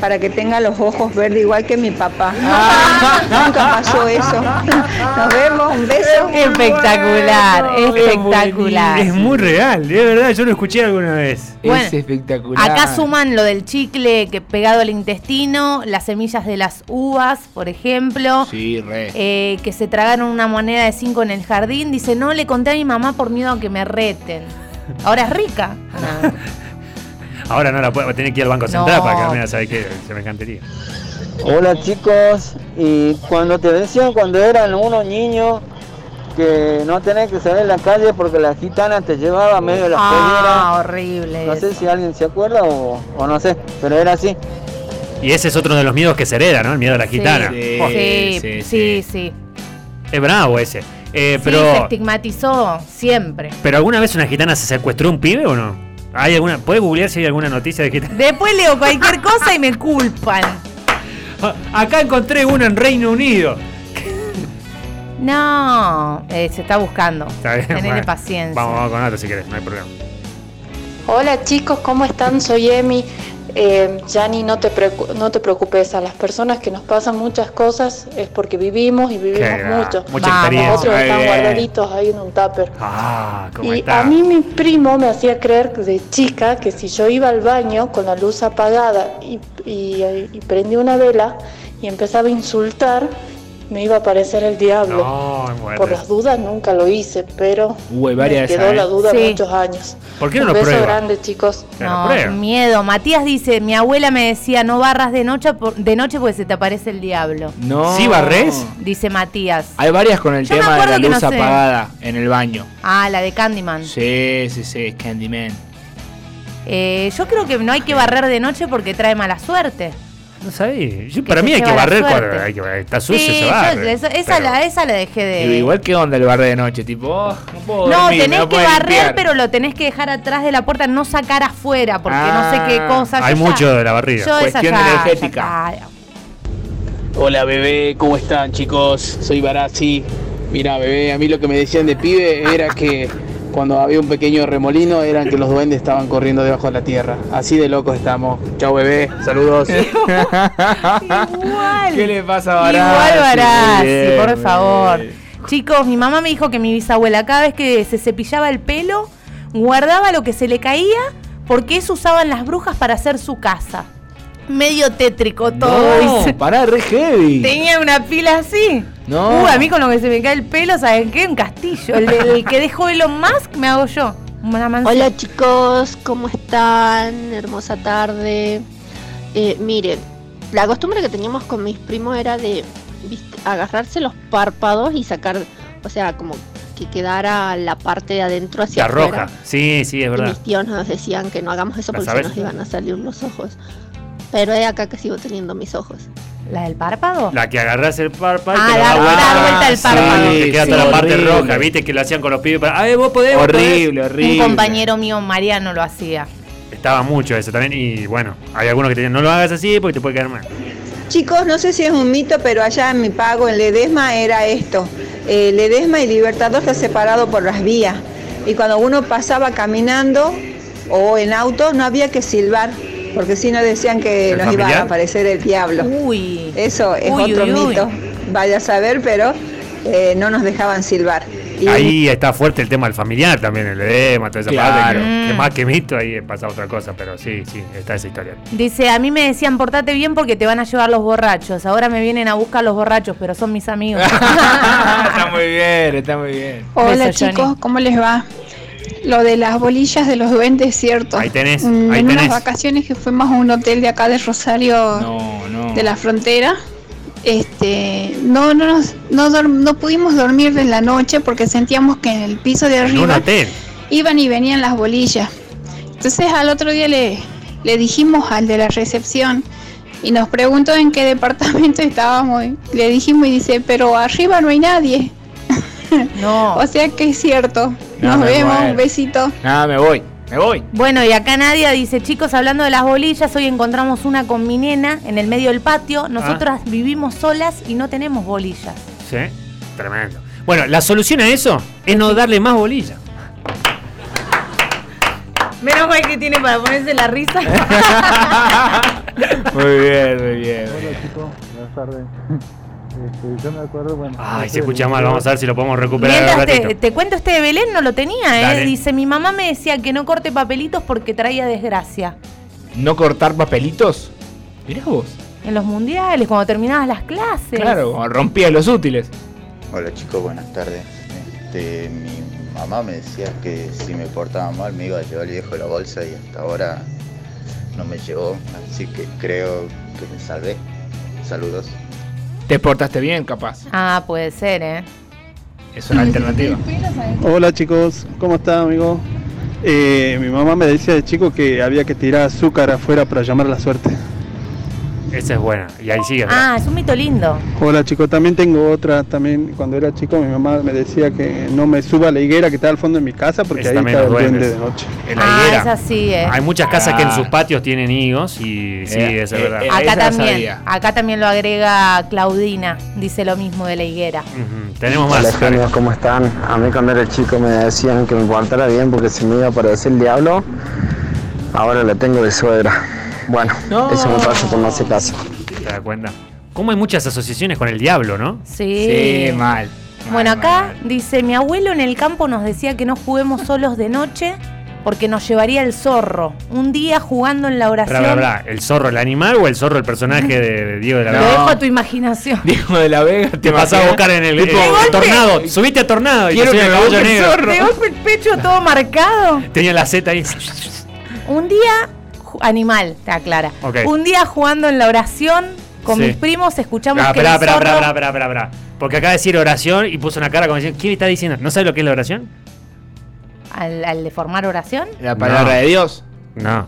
Speaker 10: para que tenga los ojos verdes igual que mi papá.
Speaker 11: Ah,
Speaker 10: Nunca pasó eso. Nos vemos, un beso.
Speaker 3: Espectacular, espectacular.
Speaker 1: Es muy real, de verdad, yo lo escuché alguna vez.
Speaker 3: Bueno,
Speaker 2: es espectacular.
Speaker 3: Acá suman lo del chicle que pegado al intestino, las semillas de las uvas, por ejemplo,
Speaker 2: Sí, re.
Speaker 3: eh, que se tragaron una moneda de cinco en el jardín. Dice, no le conté a mi mamá por miedo a que me reten. Ahora es rica.
Speaker 1: Ahora no la puedo, tiene que ir al Banco Central para que mira, sabe qué? Se me encantaría.
Speaker 12: Hola chicos, y cuando te decían cuando eran unos niños que no tenés que salir en la calle porque la gitana te llevaba a medio de la
Speaker 3: Ah, horrible.
Speaker 12: No sé si alguien se acuerda o, o no sé, pero era así.
Speaker 1: Y ese es otro de los miedos que se hereda, ¿no? El miedo a la gitana.
Speaker 3: Sí,
Speaker 1: Oh,
Speaker 2: eh,
Speaker 3: sí, sí. sí,
Speaker 1: Es bravo ese. Eh,
Speaker 3: Sí, se
Speaker 1: pero,
Speaker 3: estigmatizó siempre.
Speaker 1: pero alguna vez una gitana se secuestró un pibe o no? ¿Hay alguna? ¿Puede googlear si hay alguna noticia de gitana?
Speaker 3: Después leo cualquier cosa y me culpan.
Speaker 1: Ah, Acá encontré uno en Reino Unido.
Speaker 3: No, eh, se está buscando.
Speaker 1: Está bien,
Speaker 3: Tenele
Speaker 1: bueno.
Speaker 3: paciencia.
Speaker 1: Vamos, vamos con otro si querés, no hay problema.
Speaker 13: Hola chicos, ¿cómo están? Soy Emi. Eh, Yani, no te, preocu- no te preocupes, a las personas que nos pasan muchas cosas es porque vivimos y vivimos
Speaker 1: Qué gra-
Speaker 13: mucho.
Speaker 1: mucha experiencia.
Speaker 13: Nosotros
Speaker 1: Muy
Speaker 13: están
Speaker 1: bien.
Speaker 13: guardaditos ahí en un tupper.
Speaker 1: Ah, ¿cómo
Speaker 13: Y
Speaker 1: está?
Speaker 13: a mí mi primo me hacía creer de chica que si yo iba al baño con la luz apagada y, y- y prendía una vela y empezaba a insultar, me iba a parecer el diablo.
Speaker 1: No, me muero.
Speaker 13: Por las dudas nunca lo hice, pero
Speaker 2: Uy,
Speaker 13: me
Speaker 2: varias de
Speaker 13: quedó
Speaker 2: esas,
Speaker 13: la
Speaker 2: ¿eh?
Speaker 13: duda
Speaker 3: Sí.
Speaker 13: muchos años.
Speaker 1: ¿Por qué no
Speaker 13: Un
Speaker 1: lo
Speaker 13: beso
Speaker 1: prueba?
Speaker 13: grande, chicos.
Speaker 1: Claro,
Speaker 3: No,
Speaker 1: prueba.
Speaker 3: miedo. Matías dice, mi abuela me decía, no barras de noche, por- de noche porque se te aparece el diablo.
Speaker 2: No.
Speaker 1: ¿Sí, Barrés?
Speaker 3: Dice Matías.
Speaker 2: Hay varias con el
Speaker 3: Yo me
Speaker 2: tema de la
Speaker 3: acuerdo que
Speaker 2: luz
Speaker 3: no sé.
Speaker 2: apagada en el baño.
Speaker 3: Ah, la de Candyman.
Speaker 2: Sí, sí, sí, Candyman.
Speaker 3: Eh, yo creo que no hay que barrer de noche porque trae mala suerte.
Speaker 1: No sabía. Yo, para
Speaker 3: te
Speaker 1: mí hay que
Speaker 3: lleva la
Speaker 1: barrer
Speaker 3: suerte.
Speaker 1: cuando hay que barrer. está sucio,
Speaker 3: sí,
Speaker 1: se
Speaker 3: yo-
Speaker 1: barre.
Speaker 3: esa, esa
Speaker 1: Pero-
Speaker 3: la, esa la dejé de...
Speaker 2: Y Igual que onda el barre de noche, tipo, oh, no puedo
Speaker 3: Eh. No,
Speaker 2: dormir, me
Speaker 3: tenés
Speaker 2: lo
Speaker 3: que
Speaker 2: puedo
Speaker 3: barrer,
Speaker 2: limpiar.
Speaker 3: pero lo tenés que dejar atrás de la puerta, no sacar afuera, porque no sé qué
Speaker 2: Ah,
Speaker 3: cosa.
Speaker 1: Hay
Speaker 3: yo
Speaker 1: mucho
Speaker 3: ya-
Speaker 1: de la barrida.
Speaker 3: Yo esa
Speaker 2: Cuestión
Speaker 3: ya- ya
Speaker 2: energética.
Speaker 3: está.
Speaker 14: Hola bebé, ¿cómo están chicos? Soy Barazzi. Mira bebé, a mí lo que me decían de pibe era que cuando había un pequeño remolino eran que los duendes estaban corriendo debajo de la tierra. Así de locos estamos. Chao bebé, saludos.
Speaker 3: Igual.
Speaker 2: ¿Qué le pasa a Barassi?
Speaker 3: Igual Barassi,
Speaker 2: Bien,
Speaker 3: por
Speaker 2: bien.
Speaker 3: favor. Chicos, mi mamá me dijo que mi bisabuela cada vez que se cepillaba el pelo, guardaba lo que se le caía, porque eso usaban las brujas para hacer su casa. Medio tétrico todo. dice.
Speaker 2: No, pará, re heavy.
Speaker 3: Tenía una pila así.
Speaker 2: No.
Speaker 10: Oh.
Speaker 3: Uh, a mí con lo que se me cae el pelo, ¿saben qué? Un castillo. El, del que dejó Elon Musk me hago yo. Una mansión.
Speaker 15: Hola chicos, ¿cómo están? Hermosa tarde. Eh, miren, la costumbre que teníamos con mis primos era de ¿viste? agarrarse los párpados y sacar, o sea, como que quedara la parte de adentro hacia
Speaker 1: La
Speaker 15: afuera.
Speaker 1: roja. Sí, sí, es
Speaker 15: Y
Speaker 1: verdad.
Speaker 15: mis tíos nos decían que no hagamos eso
Speaker 1: ¿La
Speaker 15: porque se
Speaker 1: sabes?
Speaker 15: nos iban a salir los ojos. Pero he acá que sigo teniendo mis ojos.
Speaker 3: ¿La del párpado?
Speaker 1: La que agarrás el párpado y
Speaker 3: Ah,
Speaker 1: te lo
Speaker 3: da-
Speaker 1: da vuelta.
Speaker 3: da vuelta el párpado.
Speaker 1: Sí, te queda
Speaker 3: Sí.
Speaker 1: toda la parte
Speaker 2: Horrible.
Speaker 1: roja. Viste que lo hacían con los pibes. Para... Ay, vos podés. vos
Speaker 2: Horrible,
Speaker 1: podés".
Speaker 2: horrible.
Speaker 3: Un compañero mío, Mariano, lo hacía.
Speaker 1: Estaba mucho eso también. Y bueno, hay algunos que te dicen, no lo hagas así porque te puede quedar mal.
Speaker 10: Chicos, no sé si es un mito, pero allá en mi pago, en Ledesma, era esto. Eh, Ledesma y Libertador está separado por las vías. Y cuando uno pasaba caminando o en auto, no había que silbar, porque si no decían que
Speaker 11: Eh,
Speaker 1: ¿El
Speaker 10: nos iba
Speaker 1: familiar?
Speaker 10: a aparecer el diablo.
Speaker 3: Uy.
Speaker 10: Eso es
Speaker 3: Uy,
Speaker 10: otro
Speaker 3: uy, uy.
Speaker 10: mito. Vaya a saber, pero eh, no nos dejaban silbar. Y
Speaker 1: Ahí está fuerte el tema del familiar también, el edema, toda esa parte.
Speaker 2: Claro.
Speaker 1: Que, que
Speaker 3: Mm.
Speaker 1: más que mito, ahí pasa otra cosa. Pero sí, sí, está esa historia.
Speaker 3: Dice, a mí me decían, portate bien porque te van a llevar los borrachos. Ahora me vienen a buscar los borrachos, pero son mis amigos.
Speaker 2: está muy bien, está muy bien.
Speaker 3: Hola,
Speaker 11: Hola
Speaker 3: Beso, chicos,
Speaker 11: chicos,
Speaker 3: Johnny.
Speaker 11: ¿cómo les va? Lo de las bolillas de los duendes, cierto.
Speaker 1: Ahí tenés,
Speaker 11: Mm,
Speaker 1: ahí
Speaker 11: en
Speaker 1: tenés.
Speaker 11: unas vacaciones que fuimos a un hotel de acá de Rosario,
Speaker 2: No, no.
Speaker 11: de la frontera. Este, no, no, nos- no, dorm- no pudimos dormir de la noche porque sentíamos que en el piso de
Speaker 1: En un
Speaker 11: arriba
Speaker 1: hotel.
Speaker 11: iban y venían las bolillas. Entonces al otro día le, le dijimos al de la recepción y nos preguntó en qué departamento estábamos. y Le dijimos y dice, pero arriba no hay nadie.
Speaker 3: No.
Speaker 11: O sea que es cierto.
Speaker 2: No,
Speaker 11: Nos
Speaker 2: me
Speaker 11: vemos,
Speaker 2: muero.
Speaker 11: un besito.
Speaker 2: Nada, me voy, me voy.
Speaker 3: Bueno, y acá Nadia dice, chicos, hablando de las bolillas, hoy encontramos una con mi nena en el medio del patio. Nosotras vivimos solas y no tenemos bolillas.
Speaker 1: Sí, tremendo. Bueno, la solución a eso es no darle más bolilla.
Speaker 3: Menos mal que tiene para ponerse la risa.
Speaker 2: Muy bien, muy bien.
Speaker 5: Hola chicos, buenas tardes. Este, yo me acuerdo, bueno.
Speaker 1: Ay, se escucha mal, vamos a ver si lo podemos recuperar en un
Speaker 3: Mientras
Speaker 1: ratito.
Speaker 3: te, te cuento este de Belén, no lo tenía, ¿eh?
Speaker 2: Dale.
Speaker 3: Dice, mi mamá me decía que no corte papelitos porque traía desgracia.
Speaker 2: ¿No cortar papelitos? Mirá vos.
Speaker 3: En los mundiales, cuando terminabas las clases.
Speaker 2: Claro, como rompía los útiles.
Speaker 16: Hola chicos, buenas tardes. Este, mi mamá me decía que si me portaba mal me iba a llevar el viejo de la bolsa y hasta ahora no me llevó, así que creo que me salvé. Saludos.
Speaker 2: Te portaste bien, capaz.
Speaker 3: Ah, puede ser, ¿eh?
Speaker 2: Es una alternativa.
Speaker 17: Hola chicos, ¿cómo están amigo? Eh, mi mamá me decía de chico que había que tirar azúcar afuera para llamar la suerte.
Speaker 1: Esa es buena. Y ahí sigue.
Speaker 3: Ah, es un mito lindo.
Speaker 17: Hola chicos, también tengo otra, también cuando era chico mi mamá me decía que no me suba a la higuera que está al fondo de mi casa porque
Speaker 1: Esa
Speaker 17: ahí
Speaker 1: también
Speaker 17: está el
Speaker 1: nos duele.
Speaker 17: duende de noche.
Speaker 1: En la
Speaker 3: Ah,
Speaker 1: higuera.
Speaker 3: es así, ¿eh?
Speaker 1: Hay muchas casas que en sus
Speaker 17: Ah.
Speaker 1: patios tienen higos y sí,
Speaker 2: Eh,
Speaker 1: esa es
Speaker 2: eh,
Speaker 1: verdad.
Speaker 2: eh,
Speaker 3: Acá también, acá también lo agrega Claudina, dice lo mismo de la higuera.
Speaker 1: Tenemos
Speaker 18: Hola
Speaker 1: más.
Speaker 18: genios, ¿cómo están? A mí cuando era chico me decían que me portara bien porque se me iba a aparecer el diablo. Ahora la tengo de suegra. Bueno, eso me pasa por no hacer caso.
Speaker 1: ¿Te das cuenta? Como hay muchas asociaciones con el diablo, ¿no?
Speaker 3: Sí. Sí,
Speaker 2: mal.
Speaker 3: Bueno, acá dice, mi abuelo en el campo nos decía que no juguemos solos de noche porque nos llevaría el zorro. Un día jugando en la
Speaker 1: Bla,
Speaker 3: oración,
Speaker 1: bla, bla. ¿El zorro el animal o el zorro el personaje de, de Diego de la
Speaker 3: lo dejo
Speaker 1: Vega?
Speaker 3: a tu imaginación.
Speaker 2: Diego de la Vega,
Speaker 1: Te vas a buscar en el,
Speaker 2: Tipo,
Speaker 1: en el
Speaker 2: de golpe.
Speaker 1: tornado. Subiste a tornado y
Speaker 2: Quiero
Speaker 1: te
Speaker 2: que
Speaker 1: subí al
Speaker 2: me
Speaker 1: caballo
Speaker 2: busque el
Speaker 1: negro.
Speaker 3: De golpe el pecho todo marcado.
Speaker 1: Tenía la Z ahí.
Speaker 3: Un día, ju- animal, te aclara.
Speaker 1: Ok.
Speaker 3: Un día jugando en la oración con
Speaker 1: Sí.
Speaker 3: mis primos escuchamos
Speaker 1: Ah,
Speaker 3: que el
Speaker 1: Pará, pará,
Speaker 3: zorro...
Speaker 1: pará, pará, pará, pará, pará. Porque acaba de decir oración y puso una cara como diciendo, ¿quién está diciendo? ¿No sabe lo que es la oración?
Speaker 3: Al, al de formar oración.
Speaker 2: La palabra
Speaker 1: No.
Speaker 2: de Dios.
Speaker 1: No.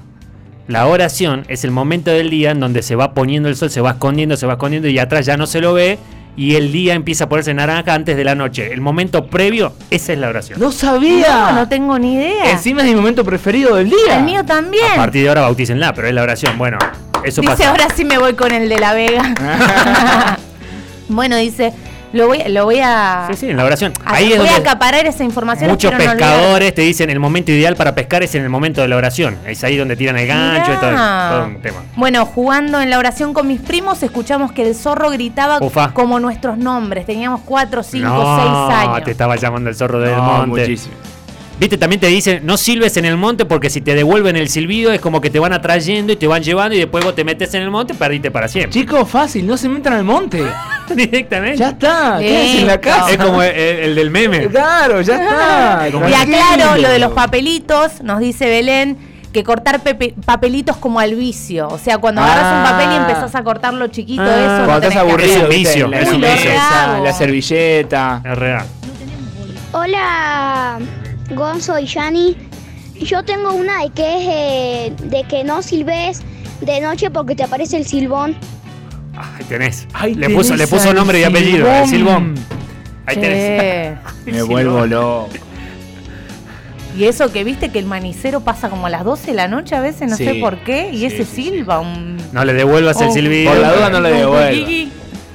Speaker 1: La oración es el momento del día en donde se va poniendo el sol, se va escondiendo, se va escondiendo y atrás ya no se lo ve y el día empieza a ponerse naranja antes de la noche. El momento previo, esa es la oración.
Speaker 2: No sabía.
Speaker 3: No, no tengo ni idea.
Speaker 2: Encima es mi momento preferido del
Speaker 3: El
Speaker 2: día.
Speaker 3: mío también.
Speaker 1: A partir de ahora bautícenla, pero es la oración. Bueno, eso
Speaker 3: dice,
Speaker 1: pasa.
Speaker 3: ahora sí me voy con el de la Vega. bueno, dice, lo voy, lo voy a...
Speaker 1: Sí, sí, en la oración.
Speaker 3: a-
Speaker 1: Ahí es
Speaker 3: voy a
Speaker 1: donde
Speaker 3: acaparar esa información.
Speaker 1: muchos
Speaker 3: espero no
Speaker 1: pescadores te dicen el momento ideal para pescar es en el momento de la oración. Es ahí donde tiran el gancho y todo,
Speaker 3: Mirá.
Speaker 1: todo un tema.
Speaker 3: Bueno, jugando en la oración con mis primos, escuchamos que el zorro gritaba
Speaker 1: Ufa.
Speaker 3: como nuestros nombres. Teníamos 4, 5, 6
Speaker 1: no,
Speaker 3: años.
Speaker 1: te estaba llamando el zorro del
Speaker 2: No,
Speaker 1: monte.
Speaker 2: muchísimo.
Speaker 1: Viste, también te dicen, no silbes en el monte porque si te devuelven el silbido es como que te van atrayendo y te van llevando y después vos te metes en el monte y perdiste para siempre.
Speaker 2: Chicos, fácil, no se metan al monte.
Speaker 1: Directamente.
Speaker 2: Ya está, quédense en la casa.
Speaker 1: Es como el, el del meme.
Speaker 2: Claro, ya está.
Speaker 1: Como-
Speaker 3: Y aclaro lo de los papelitos, nos dice Belén que cortar pepe- papelitos como al vicio. O sea, cuando agarras un
Speaker 1: Ah.
Speaker 3: papel y empezás a cortarlo chiquito, eso.
Speaker 2: Cuando
Speaker 3: no
Speaker 2: estás
Speaker 3: tenés que
Speaker 2: aburrido,
Speaker 1: Es un
Speaker 2: viste,
Speaker 1: vicio,
Speaker 2: la,
Speaker 1: es un
Speaker 2: la-
Speaker 1: vicio.
Speaker 2: esa, la servilleta.
Speaker 1: Es real.
Speaker 19: Hola, Gonzo y Shani. Yo tengo una de que es eh, de que no silbes de noche porque te aparece el silbón.
Speaker 1: Ahí tenés. le,
Speaker 2: tenés
Speaker 1: puso, le puso
Speaker 2: al
Speaker 1: nombre y apellido, el silbón.
Speaker 2: silbón.
Speaker 1: Ahí
Speaker 3: Che.
Speaker 1: tenés.
Speaker 2: Me vuelvo loco.
Speaker 3: Y eso que viste que el manicero pasa como a las 12 de la noche a veces, no
Speaker 1: Sí,
Speaker 3: sé por qué, y
Speaker 1: sí,
Speaker 3: ese
Speaker 1: sí,
Speaker 3: silba un...
Speaker 1: No le devuelvas el
Speaker 3: Oh.
Speaker 1: silbido.
Speaker 2: Por la duda no le
Speaker 1: Un
Speaker 2: devuelvas.
Speaker 1: poquití.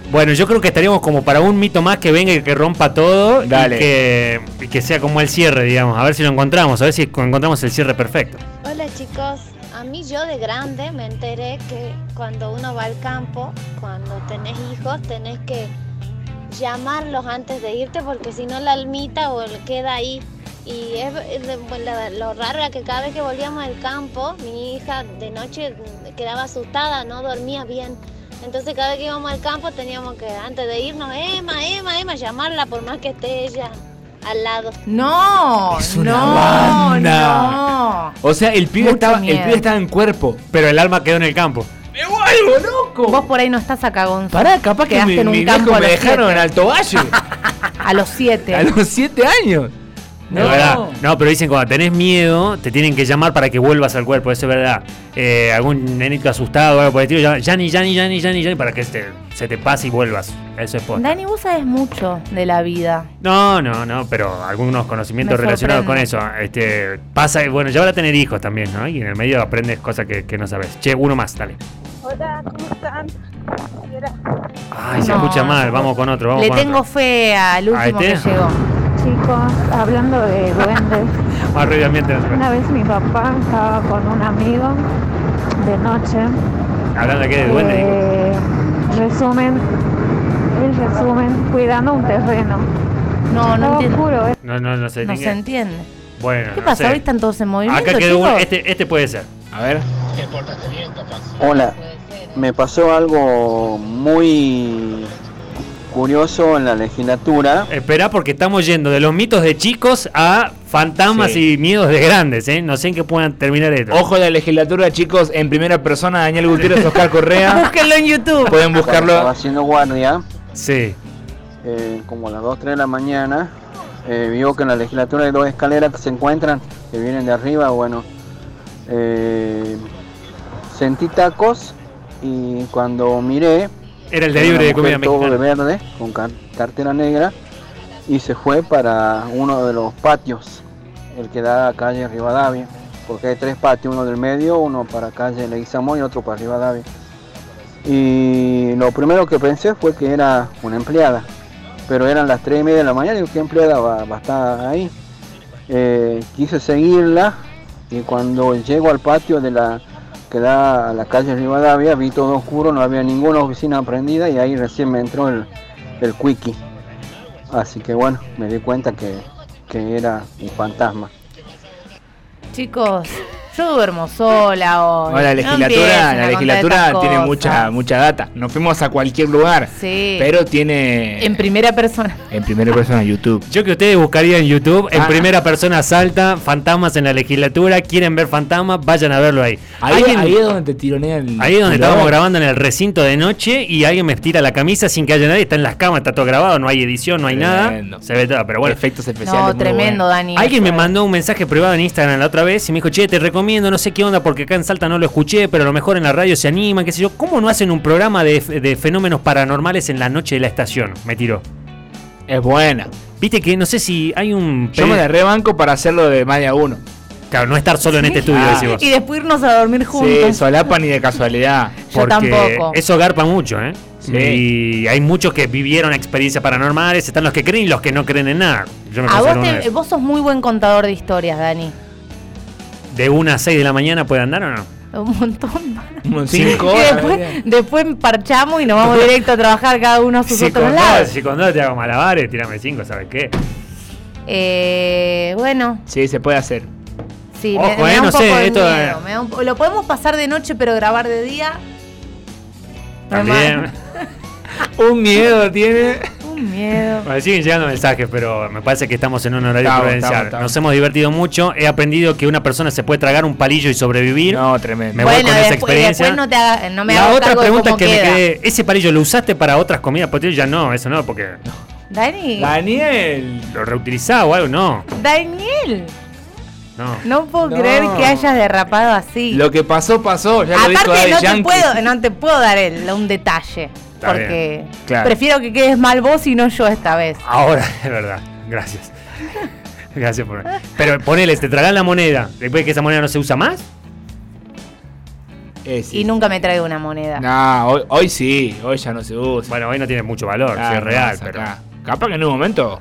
Speaker 1: Bueno, yo creo que estaríamos como para un mito más que venga y que rompa todo.
Speaker 2: Dale.
Speaker 1: Y que, y que sea como el cierre, digamos. A ver si lo encontramos, a ver si encontramos el cierre perfecto.
Speaker 20: Hola chicos, a mí yo de grande me enteré que cuando uno va al campo, cuando tenés hijos, tenés que llamarlos antes de irte porque si no la almita o el- queda ahí. Y es, es de- pues, la- lo raro era que cada vez que volvíamos al campo, mi hija de noche quedaba asustada, no dormía bien. Entonces cada vez que íbamos al campo teníamos que antes de irnos, Emma, Emma, Emma, llamarla por más que esté ella al lado.
Speaker 3: No, no,
Speaker 2: banda.
Speaker 3: no.
Speaker 2: O sea, el pibe,
Speaker 3: Mucho
Speaker 2: estaba, el
Speaker 3: miedo.
Speaker 2: pibe estaba en cuerpo.
Speaker 1: Pero el alma quedó en el campo.
Speaker 3: Vos por ahí no estás acá, Gonzo.
Speaker 2: Pará, capaz que
Speaker 3: Quedaste
Speaker 2: mi,
Speaker 3: en un
Speaker 2: mi
Speaker 3: campo
Speaker 2: viejo
Speaker 3: a
Speaker 2: me
Speaker 3: los
Speaker 2: dejaron en
Speaker 3: siete.
Speaker 2: Alto Valle.
Speaker 3: A los 7.
Speaker 2: a los siete años.
Speaker 1: No. no, pero dicen cuando tenés miedo, te tienen que llamar para que vuelvas al cuerpo, eso es verdad. Eh, algún nenito asustado o algo por el estilo, llama, Yanni, Yanni, Yanni, Yanni, Yanni, para que se te- se te pase y vuelvas. Eso es posta.
Speaker 3: Dani, vos sabés mucho de la vida.
Speaker 1: No, no, no, pero algunos conocimientos
Speaker 3: Me
Speaker 1: relacionados con
Speaker 3: sorprende.
Speaker 1: eso. Este, pasa, bueno, ya van a tener hijos también, ¿no? Y en el medio aprendes cosas que, que no sabes. Che, uno más, dale.
Speaker 21: Hola, ¿cómo están?
Speaker 1: Ay, se
Speaker 3: No.
Speaker 1: escucha mal, vamos con otro, vamos
Speaker 3: Le
Speaker 1: con
Speaker 3: tengo
Speaker 1: otro.
Speaker 3: fe al
Speaker 1: ¿A
Speaker 3: último que
Speaker 1: este?
Speaker 3: llegó.
Speaker 21: chicos, hablando de duendes.
Speaker 1: Más ruido ambiente. no se puede.
Speaker 21: Una vez mi papá estaba con un amigo de noche.
Speaker 1: Hablando aquí de duende. digo.
Speaker 21: Eh, resumen, el resumen, cuidando un terreno.
Speaker 3: No, no entiendo.
Speaker 21: juro, eh.
Speaker 1: No, no, no se
Speaker 3: No
Speaker 1: distingue.
Speaker 3: se entiende.
Speaker 1: Bueno,
Speaker 3: ¿Qué
Speaker 1: no
Speaker 3: pasa?
Speaker 1: sé.
Speaker 3: Hoy están todos en movimiento,
Speaker 1: Acá quedó uno.
Speaker 3: chicos.
Speaker 1: Este, este puede ser.
Speaker 2: A ver.
Speaker 18: Hola, me pasó algo muy curioso en la legislatura.
Speaker 1: Esperá porque estamos yendo de los mitos de chicos a fantasmas y miedos de grandes, ¿eh? No sé en qué puedan terminar esto.
Speaker 2: Ojo de la legislatura, chicos, en primera persona, Daniel Gutiérrez, Oscar Correa.
Speaker 3: Búsquenlo en YouTube.
Speaker 2: Pueden
Speaker 18: Cuando Estaba
Speaker 2: buscarlo.
Speaker 18: haciendo guardia.
Speaker 1: Sí.
Speaker 18: eh, como a las 2, 3 de la mañana. eh, vio que en la legislatura hay dos escaleras que se encuentran, que vienen de arriba. Bueno, eh, sentí tacos y cuando miré.
Speaker 1: Era el
Speaker 18: una
Speaker 1: delivery de
Speaker 18: mujer
Speaker 1: comida
Speaker 18: Todo de verde, con car- cartera negra. Y se fue para uno de los patios, el que da a calle Rivadavia. Porque hay tres patios, uno del medio, uno para calle Leguizamón y otro para Rivadavia. Y lo primero que pensé fue que era una empleada. Pero eran las 3 y media de la mañana y digo, ¿qué empleada va, va a estar ahí? Eh, quise seguirla y cuando llego al patio de la que da a la calle Rivadavia vi todo oscuro, no había ninguna oficina prendida y ahí recién me entró el, el quickie. Así que bueno, me di cuenta que, que era un fantasma.
Speaker 3: Chicos, yo duermo sola hoy.
Speaker 2: No, la
Speaker 3: No
Speaker 2: legislatura,
Speaker 3: empiecen a
Speaker 2: la
Speaker 3: contar
Speaker 2: legislatura
Speaker 3: estas
Speaker 2: tiene
Speaker 3: cosas.
Speaker 2: mucha, mucha data. Nos fuimos a cualquier lugar.
Speaker 3: Sí. Em-
Speaker 2: Pero tiene.
Speaker 3: En primera persona.
Speaker 2: En primera persona, YouTube.
Speaker 1: Yo que ustedes buscarían en YouTube, en
Speaker 2: Ah.
Speaker 1: primera persona salta, fantasmas en la legislatura, quieren ver fantasmas, vayan a verlo ahí.
Speaker 2: Ahí,
Speaker 1: Alguien-
Speaker 2: ahí es donde te tironea el.
Speaker 1: Ahí es donde
Speaker 2: culo.
Speaker 1: estábamos grabando en el recinto de noche y alguien me tira la camisa sin que haya nadie, está en las camas, está todo grabado, no hay edición, no hay nada. Se ve todo, pero bueno.
Speaker 2: Efectos
Speaker 3: No, tremendo, Dani.
Speaker 1: Alguien me mandó un mensaje privado en Instagram la otra vez y me dijo, che, te recomiendo, no sé qué onda, porque acá en Salta no lo escuché, pero a lo mejor en la radio se animan, qué sé yo. ¿Cómo no hacen un programa de, de fenómenos paranormales en la noche de la estación? Me tiró.
Speaker 2: Es buena.
Speaker 1: Viste que no sé si hay un...
Speaker 2: Yo me la rebanco para hacerlo de Maya 1.
Speaker 1: Claro, no estar solo en este estudio,
Speaker 2: Ah.
Speaker 1: decís vos.
Speaker 3: Y después irnos a dormir
Speaker 2: Sí,
Speaker 3: juntos.
Speaker 2: solapa ni de casualidad.
Speaker 3: Yo tampoco.
Speaker 1: Eso garpa mucho, ¿eh?
Speaker 2: Sí.
Speaker 1: Y hay muchos que vivieron experiencias paranormales, están los que creen y los que no creen en nada. Yo me
Speaker 3: a
Speaker 1: considero
Speaker 3: vos,
Speaker 1: uno
Speaker 3: te-
Speaker 1: de, esos.
Speaker 3: vos sos muy buen contador de historias, Dani.
Speaker 1: ¿De 1 a 6 de la mañana puede andar o no?
Speaker 3: Un montón.
Speaker 1: Cinco
Speaker 3: Y
Speaker 1: horas,
Speaker 3: después, después parchamos y nos vamos directo a trabajar cada uno a sus
Speaker 1: Si
Speaker 3: otros
Speaker 1: con,
Speaker 3: lados.
Speaker 1: dos, si con dos te hago malabares, tirame 5, ¿sabes qué?
Speaker 3: Eh, bueno,
Speaker 2: Sí, se puede hacer.
Speaker 3: sí, me,
Speaker 2: Ojo,
Speaker 3: me
Speaker 2: eh,
Speaker 3: da un
Speaker 2: no
Speaker 3: poco
Speaker 2: sé,
Speaker 3: de
Speaker 2: esto,
Speaker 3: miedo,
Speaker 2: eh.
Speaker 3: me da un- lo podemos pasar de noche, pero grabar de día.
Speaker 1: También.
Speaker 2: Un miedo tiene.
Speaker 3: Un miedo.
Speaker 1: Bueno, siguen llegando mensajes, pero me parece que estamos en un horario
Speaker 2: Estamos,
Speaker 1: providencial.
Speaker 2: estamos, estamos.
Speaker 1: Nos hemos divertido mucho. He aprendido que una persona se puede tragar un palillo y sobrevivir.
Speaker 2: No, tremendo.
Speaker 1: Me voy
Speaker 3: bueno,
Speaker 1: con esa
Speaker 3: después, y
Speaker 1: experiencia.
Speaker 3: después no, te haga- no me
Speaker 1: la
Speaker 3: hago
Speaker 1: otra
Speaker 3: cargo de
Speaker 1: pregunta es
Speaker 3: cómo
Speaker 1: que
Speaker 3: queda.
Speaker 1: me quedé, ¿ese palillo lo usaste para otras comidas? Porque ya no, eso no, porque
Speaker 3: Dani,
Speaker 2: Daniel.
Speaker 1: lo reutilizaba o algo, no.
Speaker 3: Daniel,
Speaker 1: No.
Speaker 3: no puedo
Speaker 2: No.
Speaker 3: creer que hayas derrapado así.
Speaker 2: Lo que pasó, pasó. Ya lo dijo
Speaker 3: Aparte
Speaker 2: Daddy
Speaker 3: no te,
Speaker 2: Yankee.
Speaker 3: puedo, no te puedo dar el- un detalle, porque
Speaker 2: Claro.
Speaker 3: prefiero que quedes mal vos y no yo esta vez.
Speaker 1: Ahora, es verdad. Gracias. Gracias por. Pero ponele, te tragan la moneda. Después que esa moneda no se usa más.
Speaker 3: Y nunca me traigo una moneda.
Speaker 2: Eh, No, hoy, hoy sí, hoy ya no se usa. Ah,
Speaker 1: Bueno, hoy no tiene mucho valor,
Speaker 2: si
Speaker 1: es real, pero-
Speaker 2: Capaz que en un momento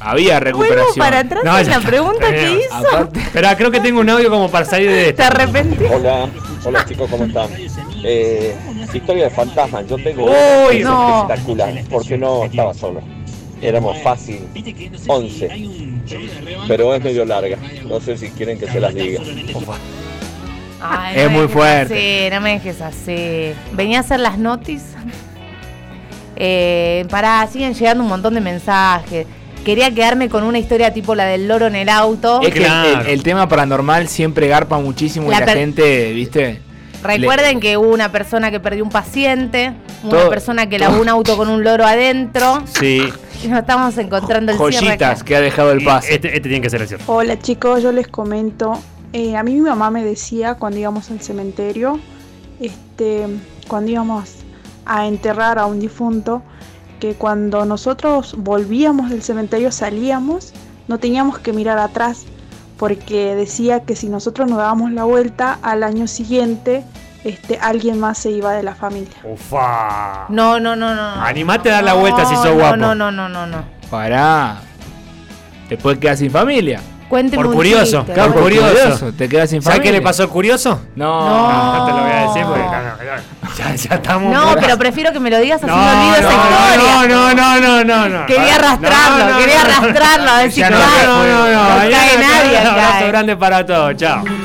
Speaker 2: había recuperación.
Speaker 3: Vuelvo para atrás en la pregunta que hizo.
Speaker 1: Espera, ah, creo que tengo un audio como para salir de esto.
Speaker 3: ¿Te arrepentí?
Speaker 22: Hola, hola chicos, ¿cómo están? Eh, historia de fantasmas, yo tengo
Speaker 3: Uy,
Speaker 22: que es
Speaker 3: no.
Speaker 22: espectacular, porque no estaba solo. Éramos fácil, 11, pero es medio larga, no sé si quieren que se las diga.
Speaker 3: Ay,
Speaker 22: Es
Speaker 3: no me
Speaker 22: muy
Speaker 3: dejes
Speaker 22: fuerte.
Speaker 3: así, no me dejes así. Venía a hacer las notis. Eh, pará, siguen llegando un montón de mensajes. Quería quedarme con una historia tipo la del loro en el auto.
Speaker 2: Es que el- el, el tema paranormal siempre garpa muchísimo
Speaker 3: La
Speaker 2: y la
Speaker 3: per-
Speaker 2: gente, ¿viste?
Speaker 3: Recuerden que hubo una persona que perdió un paciente, una
Speaker 2: Todo-
Speaker 3: persona que
Speaker 2: todo.
Speaker 3: lavó un auto con un loro adentro.
Speaker 1: Sí.
Speaker 3: Y nos estamos encontrando el cierre. acá.
Speaker 2: que ha dejado el
Speaker 1: pase. Este, este tiene que ser el cierre.
Speaker 23: Hola chicos, yo les comento. eh, a mí mi mamá me decía cuando íbamos al cementerio, este, cuando íbamos a enterrar a un difunto, que cuando nosotros volvíamos del cementerio salíamos, no teníamos que mirar atrás, porque decía que si nosotros nos dábamos la vuelta al año siguiente, este, alguien más se iba de la familia.
Speaker 1: Ufa.
Speaker 3: No, no, no, no.
Speaker 1: Animate a dar la vuelta si sos
Speaker 3: no,
Speaker 1: guapo.
Speaker 3: No, no, no, no, no.
Speaker 2: Pará. Te puedes quedar sin familia.
Speaker 3: Cuénteme
Speaker 1: Por curioso,
Speaker 2: Claro,
Speaker 1: claro,
Speaker 2: por curioso.
Speaker 1: curioso.
Speaker 2: Te quedas sin
Speaker 1: ¿Sabes
Speaker 2: familia.
Speaker 1: qué le pasó al curioso?
Speaker 2: No.
Speaker 1: No, te lo voy a decir porque no, no, ya, ya estamos.
Speaker 3: No, pero prefiero que me lo digas así
Speaker 1: No,
Speaker 3: me olvido esa
Speaker 1: no,
Speaker 3: historia.
Speaker 1: no, no, no, no, no.
Speaker 3: Quería arrastrarlo, quería arrastrarlo, a ver si
Speaker 1: Ya no,
Speaker 3: claro,
Speaker 1: no, no, no,
Speaker 3: no
Speaker 1: ya
Speaker 3: cae nadie
Speaker 1: Un
Speaker 3: acá,
Speaker 1: abrazo
Speaker 3: eh.
Speaker 1: grande para todos, chao.